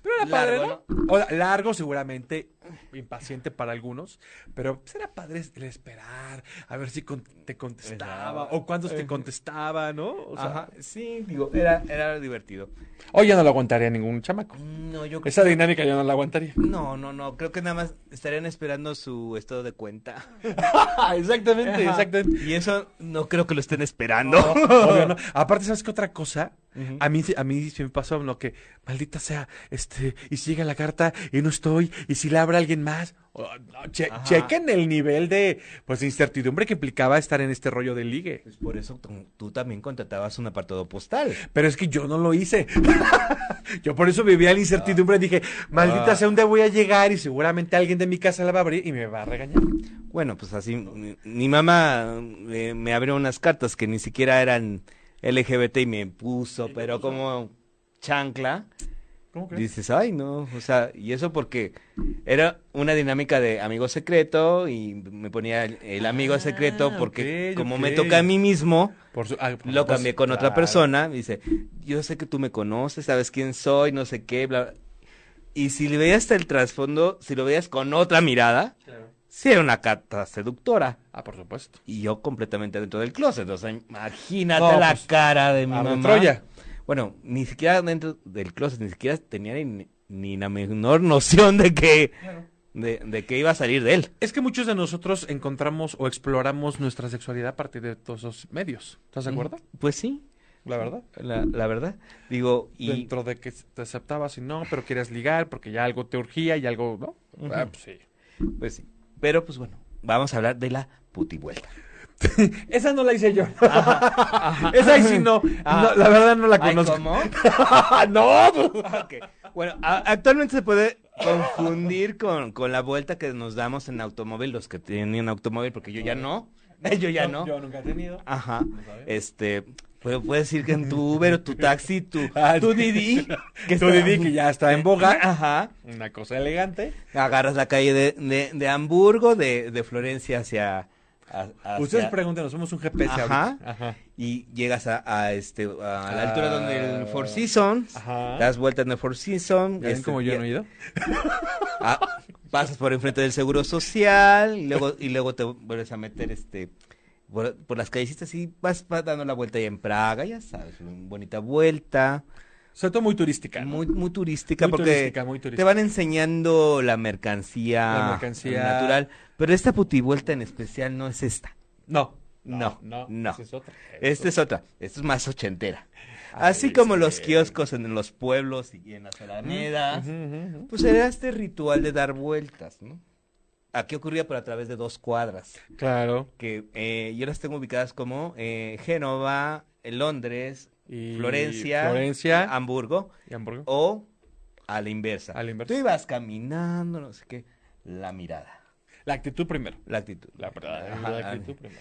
Speaker 2: Pero era padre,
Speaker 4: Largo,
Speaker 2: ¿no? O sea, largo, seguramente, impaciente para algunos, pero pues, era padre el esperar, a ver si con- te contestaba, o cuántos te contestaba, ¿no? O sea,
Speaker 4: Ajá, sí, digo, era, era divertido. Mm,
Speaker 2: Hoy ya no lo aguantaría ningún chamaco.
Speaker 4: No, yo
Speaker 2: Esa dinámica ya no la aguantaría.
Speaker 4: No, no, no, creo que nada más estarían esperando su estado de cuenta.
Speaker 2: exactamente, exactamente.
Speaker 4: Y eso no creo que lo estén esperando.
Speaker 2: Obvio, ¿no? Aparte, ¿sabes qué otra cosa? A mí a mí se me pasó lo que, maldita sea, este, y si llega la carta y no estoy, y si la abre alguien más. Oh, no, che- chequen el nivel de, pues, de incertidumbre que implicaba estar en este rollo de ligue.
Speaker 4: Pues por eso tú, tú también contratabas un apartado postal.
Speaker 2: Pero es que yo no lo hice. yo por eso vivía la incertidumbre. Dije, maldita
Speaker 4: Ah.
Speaker 2: sea, ¿dónde voy a llegar? Y seguramente alguien de mi casa la va a abrir y me va a regañar.
Speaker 4: Bueno, pues así, mi, mi mamá eh, me abrió unas cartas que ni siquiera eran LGBT y me puso, pero como chancla.
Speaker 2: ¿Cómo crees?
Speaker 4: Dices, ay, no, o sea, y eso porque era una dinámica de amigo secreto y me ponía el, el amigo
Speaker 2: Ah,
Speaker 4: secreto porque
Speaker 2: ok,
Speaker 4: como
Speaker 2: ok.
Speaker 4: me toca a mí mismo,
Speaker 2: Por su- ah, por
Speaker 4: lo
Speaker 2: supuesto,
Speaker 4: cambié con otra
Speaker 2: claro.
Speaker 4: persona, dice, yo sé que tú me conoces, sabes quién soy, no sé qué, bla, bla. Y si le veías el trasfondo, si lo veías con otra mirada, sí era una carta seductora.
Speaker 2: Ah, por supuesto.
Speaker 4: Y yo completamente dentro del closet, o sea, imagínate
Speaker 2: No,
Speaker 4: la
Speaker 2: pues,
Speaker 4: cara de mi
Speaker 2: a la
Speaker 4: mamá.
Speaker 2: Troya.
Speaker 4: Bueno, ni siquiera dentro del closet, ni siquiera tenía ni, ni la menor noción de que, de, de que iba a salir de él.
Speaker 2: Es que muchos de nosotros encontramos o exploramos nuestra sexualidad a partir de todos esos medios. ¿Estás de acuerdo?
Speaker 4: Pues sí,
Speaker 2: La verdad.
Speaker 4: la, la verdad. Digo, y...
Speaker 2: Dentro de que te aceptabas y no, pero querías ligar porque ya algo te urgía y algo, ¿no? Ah, pues sí.
Speaker 4: Pues sí. Pero pues bueno, vamos a hablar de la putivuelta.
Speaker 2: Esa no la hice yo. Esa ahí sí no. No, La verdad no la
Speaker 4: Ay,
Speaker 2: conozco.
Speaker 4: ¿cómo?
Speaker 2: no. pues.
Speaker 4: Ok. Bueno, a- actualmente se puede confundir con, con la vuelta que nos damos en automóvil, los que tienen automóvil, porque yo ya no. Yo ya no.
Speaker 2: Yo nunca he tenido.
Speaker 4: Ajá. Este, puede- puedes decir que en tu Uber o tu taxi, tu,
Speaker 2: Ah,
Speaker 4: tu Didi, que
Speaker 2: tu
Speaker 4: está-
Speaker 2: Didi que ya está en boga.
Speaker 4: Ajá.
Speaker 2: Una cosa elegante.
Speaker 4: Agarras la calle de, de, de Hamburgo, de, de Florencia hacia, a- hacia- Este,
Speaker 2: Ustedes pregúntenos, somos un GPS
Speaker 4: Ajá.
Speaker 2: ahorita. Ajá.
Speaker 4: y llegas a, a este a la
Speaker 2: Ah.
Speaker 4: altura donde el Four Seasons,
Speaker 2: Ajá.
Speaker 4: das vueltas en el Four Seasons,
Speaker 2: ¿Ya ven
Speaker 4: este,
Speaker 2: como yo no he
Speaker 4: y-
Speaker 2: ido?
Speaker 4: ah, pasas por enfrente del Seguro Social y luego y luego te vuelves a meter este por, por las callecitas y vas, vas dando la vuelta ahí en Praga, ya sabes, una bonita vuelta.
Speaker 2: Sobre todo muy turística. ¿no?
Speaker 4: Muy, muy turística,
Speaker 2: Muy
Speaker 4: porque
Speaker 2: turística, muy turística.
Speaker 4: te van enseñando la mercancía,
Speaker 2: La mercancía.
Speaker 4: natural. Pero esta putivuelta en especial no es esta.
Speaker 2: No.
Speaker 4: No,
Speaker 2: No.
Speaker 4: no.
Speaker 2: esa es otra.
Speaker 4: Esta es otra. Esta es más ochentera.
Speaker 2: Ay,
Speaker 4: Así como
Speaker 2: sí.
Speaker 4: los kioscos en los pueblos y en las alamedas, pues era este ritual de dar vueltas, ¿no? Aquí ocurría pero a través de dos cuadras,
Speaker 2: Claro.
Speaker 4: que eh, yo las tengo ubicadas como eh, Génova, eh, Londres,
Speaker 2: Y
Speaker 4: Florencia,
Speaker 2: Florencia.
Speaker 4: Hamburgo,
Speaker 2: ¿Y Hamburgo?
Speaker 4: o a la inversa.
Speaker 2: A la inversa.
Speaker 4: Tú ibas caminando, no sé qué, la mirada,
Speaker 2: La actitud primero.
Speaker 4: la actitud.
Speaker 2: La, verdad,
Speaker 4: Ajá,
Speaker 2: la actitud primero.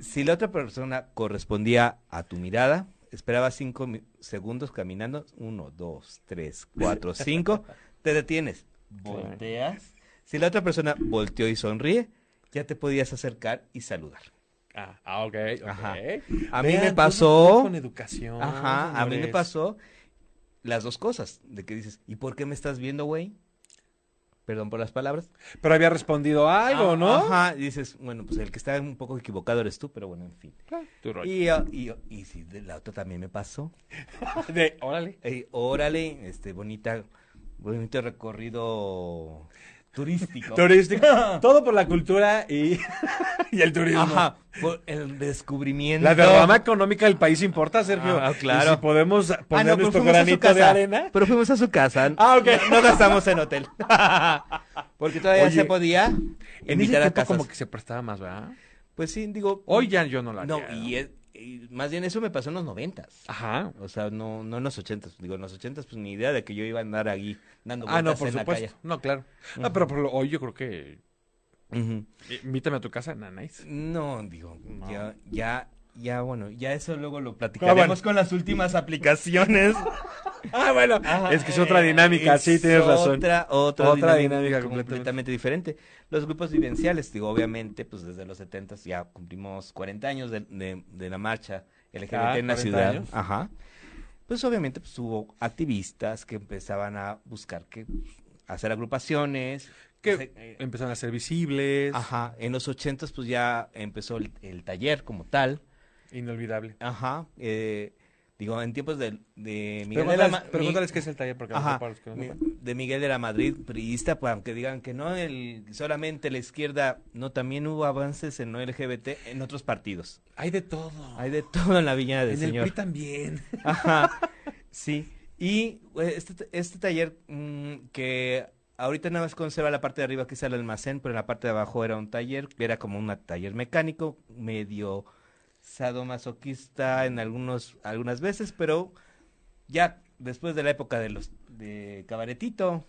Speaker 4: Si la otra persona correspondía a tu mirada, esperaba cinco mi- segundos caminando, uno, dos, tres, cuatro, cinco, te detienes, volteas. Si la otra persona volteó y sonríe, ya te podías acercar y saludar.
Speaker 2: Ah, ah, ok. ok.
Speaker 4: Ajá. A mí
Speaker 2: Vean,
Speaker 4: me
Speaker 2: todo
Speaker 4: pasó-
Speaker 2: fue Con educación.
Speaker 4: Ajá, a mí me
Speaker 2: señores.
Speaker 4: pasó las dos cosas, de que dices, ¿y por qué me estás viendo, güey? Perdón por las palabras.
Speaker 2: Pero había respondido algo,
Speaker 4: Ah,
Speaker 2: ¿no?
Speaker 4: Ajá, y dices, bueno, pues el que está un poco equivocado eres tú, pero bueno, en fin.
Speaker 2: Tu rollo.
Speaker 4: Y, ah, y, y si de la otra también me pasó.
Speaker 2: De, órale.
Speaker 4: Ey, órale, este, bonita, bonito recorrido turístico.
Speaker 2: Turístico. Todo por la cultura y, y el turismo.
Speaker 4: Ajá, por el descubrimiento.
Speaker 2: La derrama económica del país importa, Sergio.
Speaker 4: Ah, claro.
Speaker 2: Y si podemos
Speaker 4: Ah,
Speaker 2: poner
Speaker 4: no, pero
Speaker 2: nuestro
Speaker 4: fuimos a su
Speaker 2: granito de
Speaker 4: casa,
Speaker 2: arena.
Speaker 4: Pero fuimos a su casa.
Speaker 2: Ah, ok.
Speaker 4: No, no gastamos en hotel. Porque todavía
Speaker 2: Oye,
Speaker 4: se podía
Speaker 2: En ese
Speaker 4: invitar a
Speaker 2: tiempo
Speaker 4: casas.
Speaker 2: como que se prestaba más, ¿verdad?
Speaker 4: Pues sí, digo.
Speaker 2: Hoy ya yo no la
Speaker 4: No,
Speaker 2: haría,
Speaker 4: y, es- y más bien eso me pasó en los noventas.
Speaker 2: Ajá.
Speaker 4: O sea, no, no en los ochentas. Digo, en los ochentas, pues ni idea de que yo iba a andar aquí dando vueltas
Speaker 2: Ah, no, por
Speaker 4: en la
Speaker 2: supuesto.
Speaker 4: calle.
Speaker 2: No, claro. Ah, pero por lo- hoy yo creo que eh,
Speaker 4: Ujú.
Speaker 2: Invítame a tu casa, nah, nice.
Speaker 4: No, digo, ya, ya, ya, bueno, ya eso luego lo
Speaker 2: Ah,
Speaker 4: platicaremos
Speaker 2: bueno.
Speaker 4: con las últimas aplicaciones.
Speaker 2: Ah, bueno, es que es otra dinámica,
Speaker 4: eh, Es
Speaker 2: sí, tienes razón.
Speaker 4: Otra, otra,
Speaker 2: Otra
Speaker 4: dinámica,
Speaker 2: dinámica
Speaker 4: completamente.
Speaker 2: completamente
Speaker 4: diferente. Los grupos vivenciales, digo, obviamente, pues desde los 70 ya cumplimos 40 años de, de- de la marcha LGBT
Speaker 2: Ah,
Speaker 4: en la
Speaker 2: 40
Speaker 4: ciudad.
Speaker 2: años.
Speaker 4: Ajá. pues obviamente pues, hubo activistas que empezaban a buscar que hacer agrupaciones.
Speaker 2: Que
Speaker 4: se- eh,
Speaker 2: empezaron a ser visibles.
Speaker 4: Ajá, en los ochentas pues ya empezó el, el taller como tal.
Speaker 2: Inolvidable.
Speaker 4: Ajá, eh, digo, en tiempos de, de Miguel de la
Speaker 2: Pregúntales,
Speaker 4: Ma-
Speaker 2: pregúntales
Speaker 4: Mi-
Speaker 2: qué es el taller porque a lo
Speaker 4: Ajá,
Speaker 2: mejor para los que no
Speaker 4: mi-
Speaker 2: sepan.
Speaker 4: de Miguel de la Madrid, priista, pues aunque digan que no, el, solamente la izquierda, no, también hubo avances en no LGBT en otros partidos.
Speaker 2: Hay de todo.
Speaker 4: Hay de todo en la viña del
Speaker 2: en
Speaker 4: señor.
Speaker 2: el PRI también.
Speaker 4: Ajá, sí. Y eh, este, t- este taller mm, que ahorita nada más conserva la parte de arriba que es el almacén, pero en la parte de abajo era un taller, era como un taller mecánico, medio sadomasoquista en algunos, algunas veces, pero ya después de la época de los de cabaretito,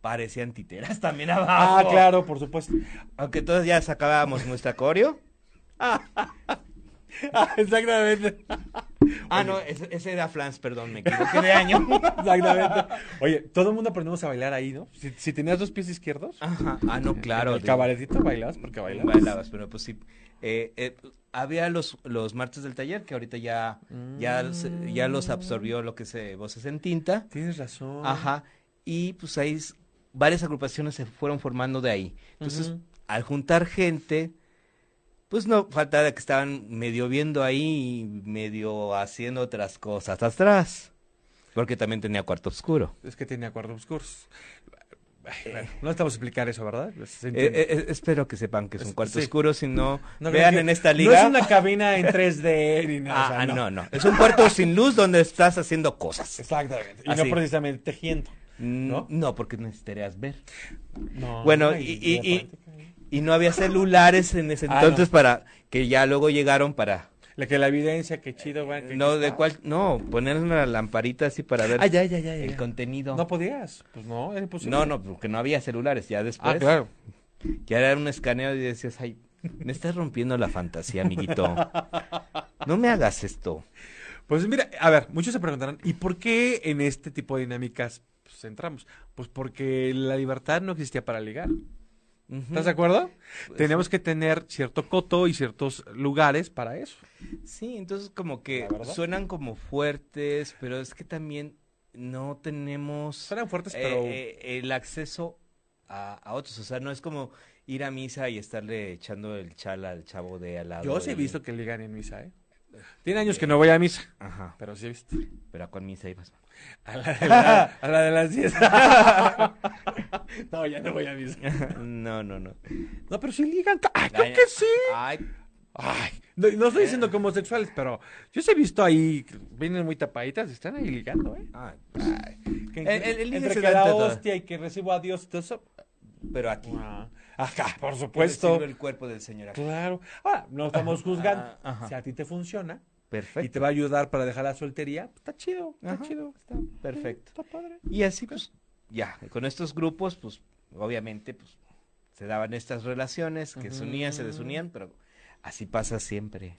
Speaker 4: parecían titeras también abajo.
Speaker 2: Ah, claro, por supuesto.
Speaker 4: Aunque todos ya sacábamos nuestra coreo.
Speaker 2: Ah, exactamente.
Speaker 4: Ah, no, ese, ese era Flans, perdón, me equivoqué de año.
Speaker 2: Exactamente. Oye, todo el mundo aprendimos a bailar ahí, ¿no? Si, si tenías dos pies izquierdos,
Speaker 4: Ajá. Ah, no, claro.
Speaker 2: en el
Speaker 4: digo.
Speaker 2: cabaretito bailabas porque bailabas.
Speaker 4: Bailabas, pero pues sí. Eh, eh, había los, los martes del taller que ahorita ya,
Speaker 2: Mm,
Speaker 4: ya, se- ya los absorbió lo que se Voces en Tinta.
Speaker 2: Tienes razón.
Speaker 4: Ajá. Y pues ahí s- varias agrupaciones se fueron formando de ahí. Entonces,
Speaker 2: Ujú.
Speaker 4: al juntar gente, pues no faltaba que estaban medio viendo ahí y medio haciendo otras cosas atrás. Porque también tenía cuarto oscuro.
Speaker 2: Es que tenía cuarto oscuros. Ay, bueno, no estamos a explicar eso, ¿verdad? Pues, Se
Speaker 4: Eh,
Speaker 2: entiende.
Speaker 4: eh, eh, espero que sepan que es un
Speaker 2: Es- sí.
Speaker 4: cuarto oscuro, si no,
Speaker 2: No,
Speaker 4: vean
Speaker 2: creo que-
Speaker 4: en esta liga.
Speaker 2: No es una cabina en 3D ni nada. o sea,
Speaker 4: Ah, ah, no. no, Es un cuarto sin luz donde estás haciendo cosas.
Speaker 2: Exactamente. Y
Speaker 4: Así.
Speaker 2: no precisamente tejiendo.
Speaker 4: ¿No?
Speaker 2: ¿No?
Speaker 4: No, porque necesitarías ver.
Speaker 2: No,
Speaker 4: Bueno,
Speaker 2: ay,
Speaker 4: y- y-
Speaker 2: ya
Speaker 4: y-
Speaker 2: práctica.
Speaker 4: Y no había celulares en ese
Speaker 2: Ah,
Speaker 4: entonces
Speaker 2: no.
Speaker 4: para que ya luego llegaron para
Speaker 2: La que la evidencia, qué chido, güey. que-
Speaker 4: no
Speaker 2: que-
Speaker 4: de cuál no poner una lamparita así para ver
Speaker 2: Ah, ya, ya, ya. ya,
Speaker 4: el
Speaker 2: ya.
Speaker 4: contenido.
Speaker 2: No podías. Pues no, era imposible.
Speaker 4: no, no, porque no había celulares ya después.
Speaker 2: Ah, claro.
Speaker 4: Ya era un escaneo y decías, "Ay, me estás rompiendo la fantasía, amiguito. No me hagas esto."
Speaker 2: Pues mira, a ver, muchos se preguntarán, ¿y por qué en este tipo de dinámicas pues, entramos? Pues porque la libertad no existía para ligar.
Speaker 4: Ujú.
Speaker 2: ¿Estás de acuerdo? Tenemos que tener cierto coto y ciertos lugares para eso.
Speaker 4: Sí, entonces como
Speaker 2: La
Speaker 4: que
Speaker 2: verdad.
Speaker 4: suenan como fuertes, pero es que también no tenemos
Speaker 2: Suenan fuertes,
Speaker 4: eh,
Speaker 2: pues, pero...
Speaker 4: eh, el acceso a, a otros. O sea, no es como ir a misa y estarle echando el chal al chavo de al lado.
Speaker 2: yo sí he
Speaker 4: y-
Speaker 2: visto que ligan en misa, ¿eh? Tiene años que no voy a misa,
Speaker 4: Ajá,
Speaker 2: pero sí he visto.
Speaker 4: pero ¿a cuál misa ibas?
Speaker 2: A la de, la- a la de las 10. no, ya no voy a misa.
Speaker 4: no, no, no.
Speaker 2: No, pero sí ligan. ca- ¡Ay,
Speaker 4: Ay,
Speaker 2: creo que sí!
Speaker 4: Ay,
Speaker 2: Ay, no, no estoy diciendo que homosexuales, pero yo sí he visto ahí, que vienen muy tapaditas, están ahí ligando, ¿eh?
Speaker 4: ay,
Speaker 2: Que
Speaker 4: El- el- el ligue
Speaker 2: entre
Speaker 4: se
Speaker 2: que
Speaker 4: da
Speaker 2: la
Speaker 4: entre todo.
Speaker 2: hostia y que recibo a Dios y todo eso.
Speaker 4: pero aquí.
Speaker 2: Ajá, por
Speaker 4: Yo
Speaker 2: supuesto.
Speaker 4: recibo el cuerpo del Señor aquí.
Speaker 2: Claro. Ahora, no estamos juzgando.
Speaker 4: ah, ajá.
Speaker 2: Si a ti te funciona y
Speaker 4: Perfecto.
Speaker 2: te va a ayudar para dejar la soltería, pues, está chido, está
Speaker 4: Ajá,
Speaker 2: chido.
Speaker 4: está perfecto.
Speaker 2: Está padre.
Speaker 4: Y así pues, ya, con estos grupos, pues, obviamente, pues, se daban estas relaciones que se unían, se desunían, pero así pasa siempre.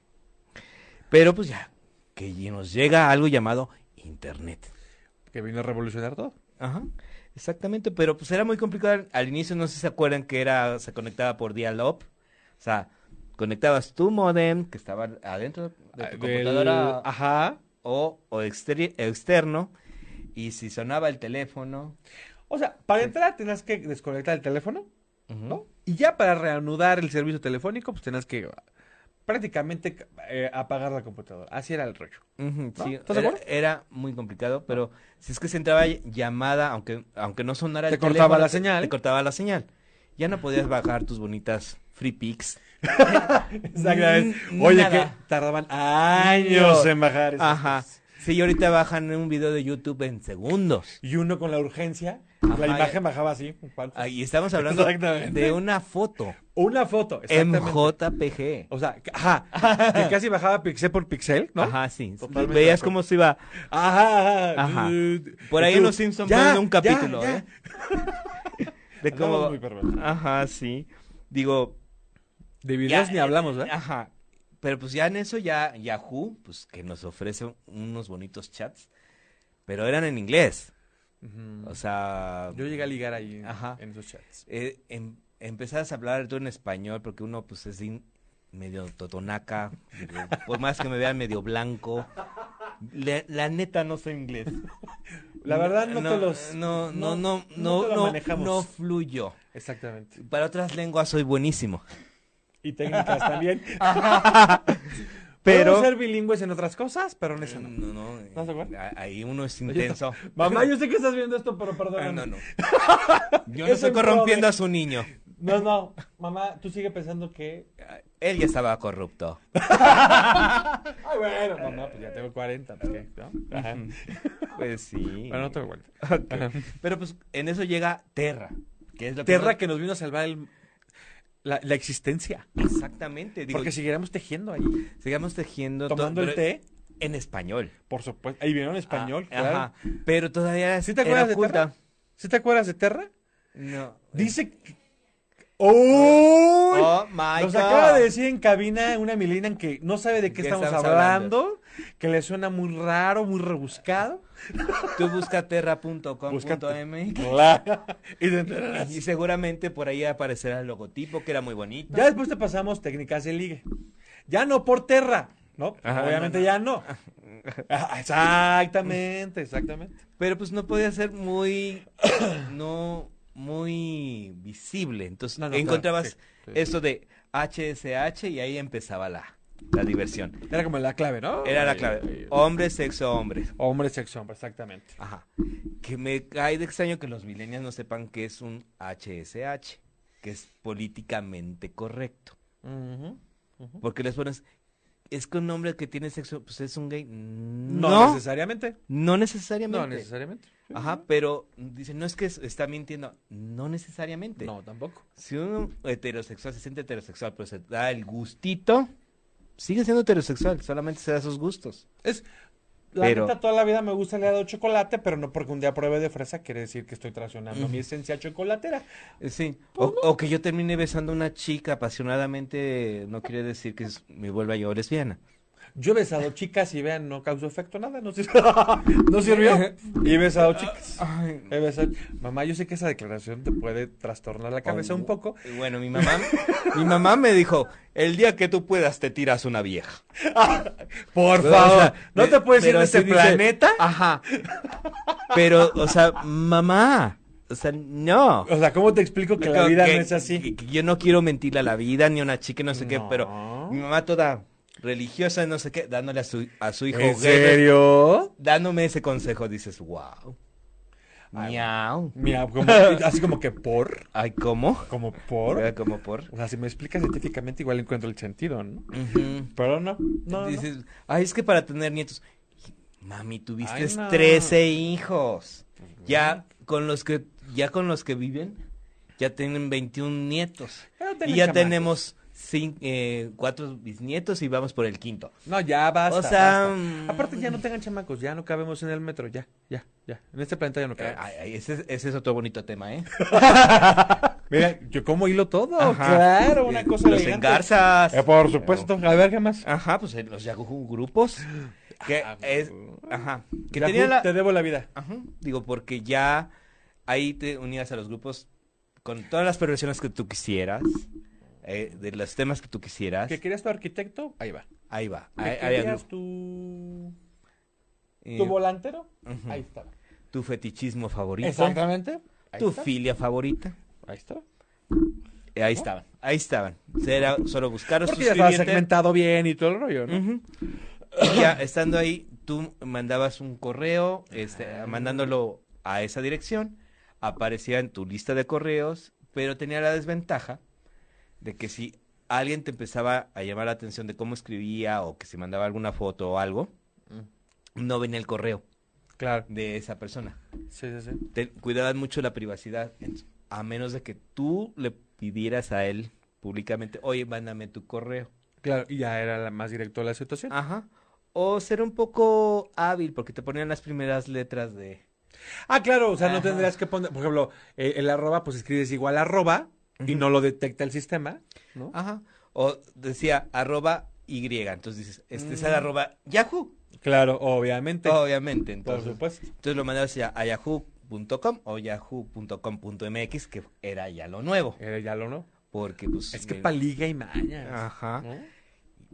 Speaker 4: Pero pues ya, que ye- nos llega algo llamado Internet.
Speaker 2: Que vino a revolucionar todo.
Speaker 4: Ajá, exactamente, pero pues era muy complicado. Al inicio, no sé si se acuerdan que era, se conectaba por dial-up, o sea, conectabas tu modem que estaba adentro de
Speaker 2: Ah,
Speaker 4: tu
Speaker 2: del-
Speaker 4: computadora
Speaker 2: Ajá.
Speaker 4: o, o exteri- externo, y si sonaba el teléfono...
Speaker 2: O sea, para entrar tenías que desconectar el teléfono,
Speaker 4: ujú,
Speaker 2: ¿no? Y ya para reanudar el servicio telefónico, pues tenías que ah, prácticamente eh, apagar la computadora. Así era el rollo.
Speaker 4: Ujú,
Speaker 2: ¿No?
Speaker 4: sí,
Speaker 2: ¿Estás de
Speaker 4: era,
Speaker 2: acuerdo?
Speaker 4: era muy complicado, pero si es que se entraba ll- llamada, aunque, aunque no sonara
Speaker 2: Te
Speaker 4: el
Speaker 2: cortaba
Speaker 4: teléfono,
Speaker 2: la
Speaker 4: te-
Speaker 2: señal.
Speaker 4: Te cortaba la señal. Ya no podías bajar tus bonitas free pics.
Speaker 2: Exactamente.
Speaker 4: Mm,
Speaker 2: Oye,
Speaker 4: nada.
Speaker 2: que tardaban años en bajar. esas
Speaker 4: Ajá.
Speaker 2: cosas.
Speaker 4: Sí, y ahorita bajan un video de YouTube en segundos.
Speaker 2: Y uno con la urgencia,
Speaker 4: Ajá,
Speaker 2: la imagen
Speaker 4: ya.
Speaker 2: bajaba así. un cuarto.
Speaker 4: Ahí estamos hablando
Speaker 2: Exactamente.
Speaker 4: de una foto
Speaker 2: Una foto,
Speaker 4: en
Speaker 2: exactamente.
Speaker 4: JPG.
Speaker 2: O sea, que- ajá, que casi bajaba pixel por pixel, ¿no?
Speaker 4: Ajá, sí.
Speaker 2: Totalmente de
Speaker 4: Veías
Speaker 2: acuerdo.
Speaker 4: cómo se iba.
Speaker 2: Ajá,
Speaker 4: Ajá.
Speaker 2: dude.
Speaker 4: Por ahí
Speaker 2: Y tú,
Speaker 4: en Los Simpsons
Speaker 2: ya,
Speaker 4: ponen un
Speaker 2: ya,
Speaker 4: capítulo,
Speaker 2: ya.
Speaker 4: ¿eh? De
Speaker 2: Andamos
Speaker 4: cómo.
Speaker 2: muy perversos.
Speaker 4: Ajá, sí. Digo,
Speaker 2: De videos
Speaker 4: Ya,
Speaker 2: ni
Speaker 4: eh,
Speaker 2: hablamos, ¿eh?
Speaker 4: Ajá. Pero pues ya en eso ya Yahoo, pues que nos ofrece unos bonitos chats, pero eran en inglés.
Speaker 2: Ujú.
Speaker 4: O sea,
Speaker 2: Yo llegué a ligar ahí en-
Speaker 4: Ajá.
Speaker 2: en esos chats.
Speaker 4: eh, em- empezabas a hablar tú en español porque uno pues es in- medio totonaca, digo, por más que me vean medio blanco, Le- la neta no sé inglés.
Speaker 2: La verdad no, te los...
Speaker 4: no no no
Speaker 2: te
Speaker 4: no
Speaker 2: lo
Speaker 4: no,
Speaker 2: manejamos.
Speaker 4: no fluyo.
Speaker 2: Exactamente.
Speaker 4: Para otras lenguas soy buenísimo.
Speaker 2: Y técnicas también.
Speaker 4: Pero-
Speaker 2: Pero... ser bilingües en otras cosas, pero en eso no.
Speaker 4: No, no, eh,
Speaker 2: ¿No se acuerda?
Speaker 4: a- ahí uno es intenso.
Speaker 2: Mamá, yo sé que estás viendo esto, pero perdóname.
Speaker 4: Ah, no, no. Yo no
Speaker 2: Eso
Speaker 4: estoy
Speaker 2: es
Speaker 4: corrompiendo
Speaker 2: pobre.
Speaker 4: a su niño.
Speaker 2: No, no, mamá, tú sigue pensando que.
Speaker 4: Él ya estaba corrupto.
Speaker 2: Ay, bueno, mamá, pues ya tengo 40, pues qué, ¿no? Ajá.
Speaker 4: Pues sí.
Speaker 2: Bueno, no tengo 40.
Speaker 4: Pero pues en eso llega Terra. Que es la
Speaker 2: Terra
Speaker 4: primera-
Speaker 2: que nos vino a salvar el- la, la existencia.
Speaker 4: Exactamente. Digo,
Speaker 2: Porque siguiéramos tejiendo ahí.
Speaker 4: sigamos tejiendo. to-
Speaker 2: Tomando el
Speaker 4: pero
Speaker 2: té,
Speaker 4: En español.
Speaker 2: por supuesto. Ahí vieron español,
Speaker 4: Ah,
Speaker 2: claro.
Speaker 4: ajá. Pero todavía
Speaker 2: ¿Sí te acuerdas
Speaker 4: era
Speaker 2: de
Speaker 4: oculta.
Speaker 2: Terra? ¿Sí te acuerdas de Terra?
Speaker 4: No.
Speaker 2: Dice. que- ¡Uy!
Speaker 4: Oh my
Speaker 2: Nos
Speaker 4: God.
Speaker 2: acaba de decir en cabina una milenial que no sabe de qué
Speaker 4: ¿Qué
Speaker 2: estamos,
Speaker 4: estamos
Speaker 2: hablando,
Speaker 4: hablando?
Speaker 2: que le suena muy raro, muy rebuscado.
Speaker 4: Tú busca terra.com.m
Speaker 2: Claro. Y te enterarás.
Speaker 4: y seguramente por ahí aparecerá el logotipo que era muy bonito.
Speaker 2: Ya después te pasamos técnicas de ligue. Ya no por terra, ¿no?
Speaker 4: Ajá,
Speaker 2: Obviamente
Speaker 4: no, no.
Speaker 2: ya no. Ah, Exactamente, exactamente.
Speaker 4: Pero pues no podía ser muy no muy visible. Entonces
Speaker 2: No, no,
Speaker 4: encontrabas
Speaker 2: claro, sí, sí.
Speaker 4: eso de HSH y ahí empezaba la, la diversión.
Speaker 2: Era como la clave, ¿no?
Speaker 4: Era la clave. Hombre, sexo, hombre.
Speaker 2: Hombre, sexo, hombre, exactamente.
Speaker 4: Ajá. Que me cae de extraño que los millennials no sepan qué es un HSH, que es políticamente correcto. Porque les pones, es que un hombre que tiene sexo, pues es un gay.
Speaker 2: No,
Speaker 4: No,
Speaker 2: necesariamente.
Speaker 4: no necesariamente.
Speaker 2: No necesariamente.
Speaker 4: Ajá, pero dicen, no es que es- está mintiendo. No necesariamente.
Speaker 2: No, tampoco.
Speaker 4: Si un heterosexual se siente heterosexual, pero se da el gustito, sigue siendo heterosexual, solamente se da sus gustos.
Speaker 2: Es. La
Speaker 4: Pero-
Speaker 2: neta, toda la vida me gusta el helado de chocolate, pero no porque un día pruebe de fresa quiere decir que estoy traicionando mi esencia chocolatera.
Speaker 4: Eh, Sí, o,
Speaker 2: Pues
Speaker 4: o que yo termine besando a una chica apasionadamente no quiere decir que es- me vuelva yo lesbiana.
Speaker 2: Yo he besado chicas y vean, no causó efecto nada, no sirvió. no sirvió. Y he besado chicas. He besado- Mamá, yo sé que esa declaración te puede trastornar la cabeza un poco.
Speaker 4: Y Bueno, mi mamá, mi mamá me dijo, el día que tú puedas te tiras una vieja.
Speaker 2: Por
Speaker 4: Pero,
Speaker 2: favor,
Speaker 4: o sea,
Speaker 2: no te
Speaker 4: pe-
Speaker 2: puedes ir
Speaker 4: pero
Speaker 2: de este
Speaker 4: sí dice-
Speaker 2: planeta.
Speaker 4: Ajá. Pero, o sea, mamá, o sea, no.
Speaker 2: O sea, ¿cómo te explico que la
Speaker 4: Creo
Speaker 2: vida
Speaker 4: que-
Speaker 2: no es así?
Speaker 4: que- que yo no quiero mentirle a la vida ni a una chica, no sé qué, pero
Speaker 2: No.
Speaker 4: mi mamá toda religiosa, no sé qué, dándole a su, a su hijo
Speaker 2: ¿En
Speaker 4: gay,
Speaker 2: serio?
Speaker 4: dándome ese consejo, dices, wow. Miau.
Speaker 2: Mira, como- así como que por,
Speaker 4: Ay, ¿cómo?
Speaker 2: como por.
Speaker 4: Era Como por.
Speaker 2: O sea, si me explicas científicamente, igual encuentro el sentido, ¿no?
Speaker 4: Ujú.
Speaker 2: Pero no, no. no.
Speaker 4: dices, ay, es que para tener nietos. Mami, tuviste
Speaker 2: Ay, no. Pues,
Speaker 4: 13 hijos. Ya con los que ya con los que viven ya tienen 21 nietos.
Speaker 2: Ya no
Speaker 4: y
Speaker 2: tienen
Speaker 4: ya
Speaker 2: chamacos.
Speaker 4: tenemos cin- eh, cuatro bisnietos y vamos por el quinto.
Speaker 2: No, ya basta.
Speaker 4: O sea,
Speaker 2: basta.
Speaker 4: mm.
Speaker 2: aparte ya no tengan chamacos, ya no cabemos en el metro, ya, ya, ya. En este planeta ya no
Speaker 4: Eh,
Speaker 2: cabemos.
Speaker 4: ay, ay, ese, ese es otro bonito tema, ¿eh?
Speaker 2: Mira, yo como hilo todo.
Speaker 4: Ajá.
Speaker 2: Oh, Claro, una
Speaker 4: Eh,
Speaker 2: cosa
Speaker 4: Los
Speaker 2: elegante.
Speaker 4: engarzas.
Speaker 2: Eh, por supuesto. A ver, ¿qué más?
Speaker 4: Ajá, pues eh, los Yahoo grupos. Que
Speaker 2: Ah,
Speaker 4: es. Ajá. Que
Speaker 2: Yahoo,
Speaker 4: tenía la.
Speaker 2: Te debo la vida.
Speaker 4: Ajá, Digo, porque ya ahí te unías a los grupos con todas las perversiones que tú quisieras, eh, de los temas que tú quisieras.
Speaker 2: ¿Que querías tu arquitecto? Ahí va.
Speaker 4: Ahí va.
Speaker 2: ¿Que
Speaker 4: Ahí, ahí
Speaker 2: querías
Speaker 4: había-
Speaker 2: tu...
Speaker 4: eh,
Speaker 2: tu volantero?
Speaker 4: ujú.
Speaker 2: Ahí estaba.
Speaker 4: tu fetichismo favorito.
Speaker 2: Exactamente. Ahí
Speaker 4: Tu
Speaker 2: está.
Speaker 4: filia favorita.
Speaker 2: Ahí estaba.
Speaker 4: Eh, ahí estaban. Ahí estaban. Era solo buscaros
Speaker 2: Porque ya estaba
Speaker 4: suscribirte.
Speaker 2: segmentado bien y todo el rollo, ¿no?
Speaker 4: Ujú. Y ya estando ahí, tú mandabas un correo, este, mandándolo a esa dirección, aparecía en tu lista de correos, pero tenía la desventaja de que si alguien te empezaba a llamar la atención de cómo escribía o que se mandaba alguna foto o algo, no venía el correo
Speaker 2: Claro.
Speaker 4: de esa persona.
Speaker 2: Sí, sí, sí.
Speaker 4: Te- cuidaban mucho la privacidad, entonces, a menos de que tú le pidieras a él públicamente, oye, mándame tu correo.
Speaker 2: Claro, y ya era la más directo la situación.
Speaker 4: Ajá. O ser un poco hábil, porque te ponían las primeras letras de.
Speaker 2: Ah, claro, o sea, no
Speaker 4: Ajá.
Speaker 2: tendrías que poner, por ejemplo, eh, el arroba, pues escribes igual arroba y no lo detecta el sistema, ¿no?
Speaker 4: Ajá. O decía arroba Y. Entonces dices, este
Speaker 2: Mm.
Speaker 4: es el arroba Yahoo.
Speaker 2: Claro, obviamente.
Speaker 4: Obviamente.
Speaker 2: por
Speaker 4: Oh, Entonces,
Speaker 2: supuesto.
Speaker 4: entonces lo mandabas ya a yahoo.com o yahoo.com.mx, que era ya lo nuevo.
Speaker 2: Eh, ya lo no.
Speaker 4: Porque pues.
Speaker 2: Es que
Speaker 4: me-
Speaker 2: paliga y maña.
Speaker 4: Ajá.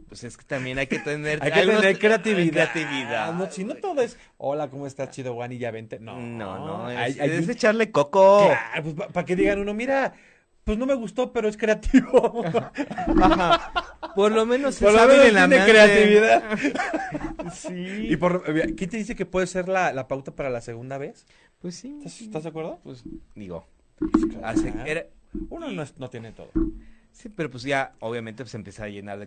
Speaker 4: pues es que también hay que tener
Speaker 2: Hay que
Speaker 4: algo-
Speaker 2: tener creatividad. Ah,
Speaker 4: creatividad.
Speaker 2: No, si no todo es, hola, ¿cómo estás, chido, Juan? Y ya vente. No,
Speaker 4: No, no, es,
Speaker 2: Hay- hay
Speaker 4: es
Speaker 2: un-
Speaker 4: echarle coco.
Speaker 2: Claro, pues para que digan uno, mira, pues no me gustó, pero es creativo.
Speaker 4: Ajá. Por lo menos se
Speaker 2: Por lo
Speaker 4: sabe
Speaker 2: menos
Speaker 4: de la
Speaker 2: tiene
Speaker 4: mente.
Speaker 2: creatividad.
Speaker 4: Sí.
Speaker 2: Y por, eh, ¿qué te dice que puede ser la, la pauta para la segunda vez?
Speaker 4: Pues sí.
Speaker 2: ¿Estás, estás de acuerdo? Pues
Speaker 4: Digo. hace- era-
Speaker 2: uno no, es- no tiene todo.
Speaker 4: sí, pero pues ya, obviamente, pues empieza a llenar de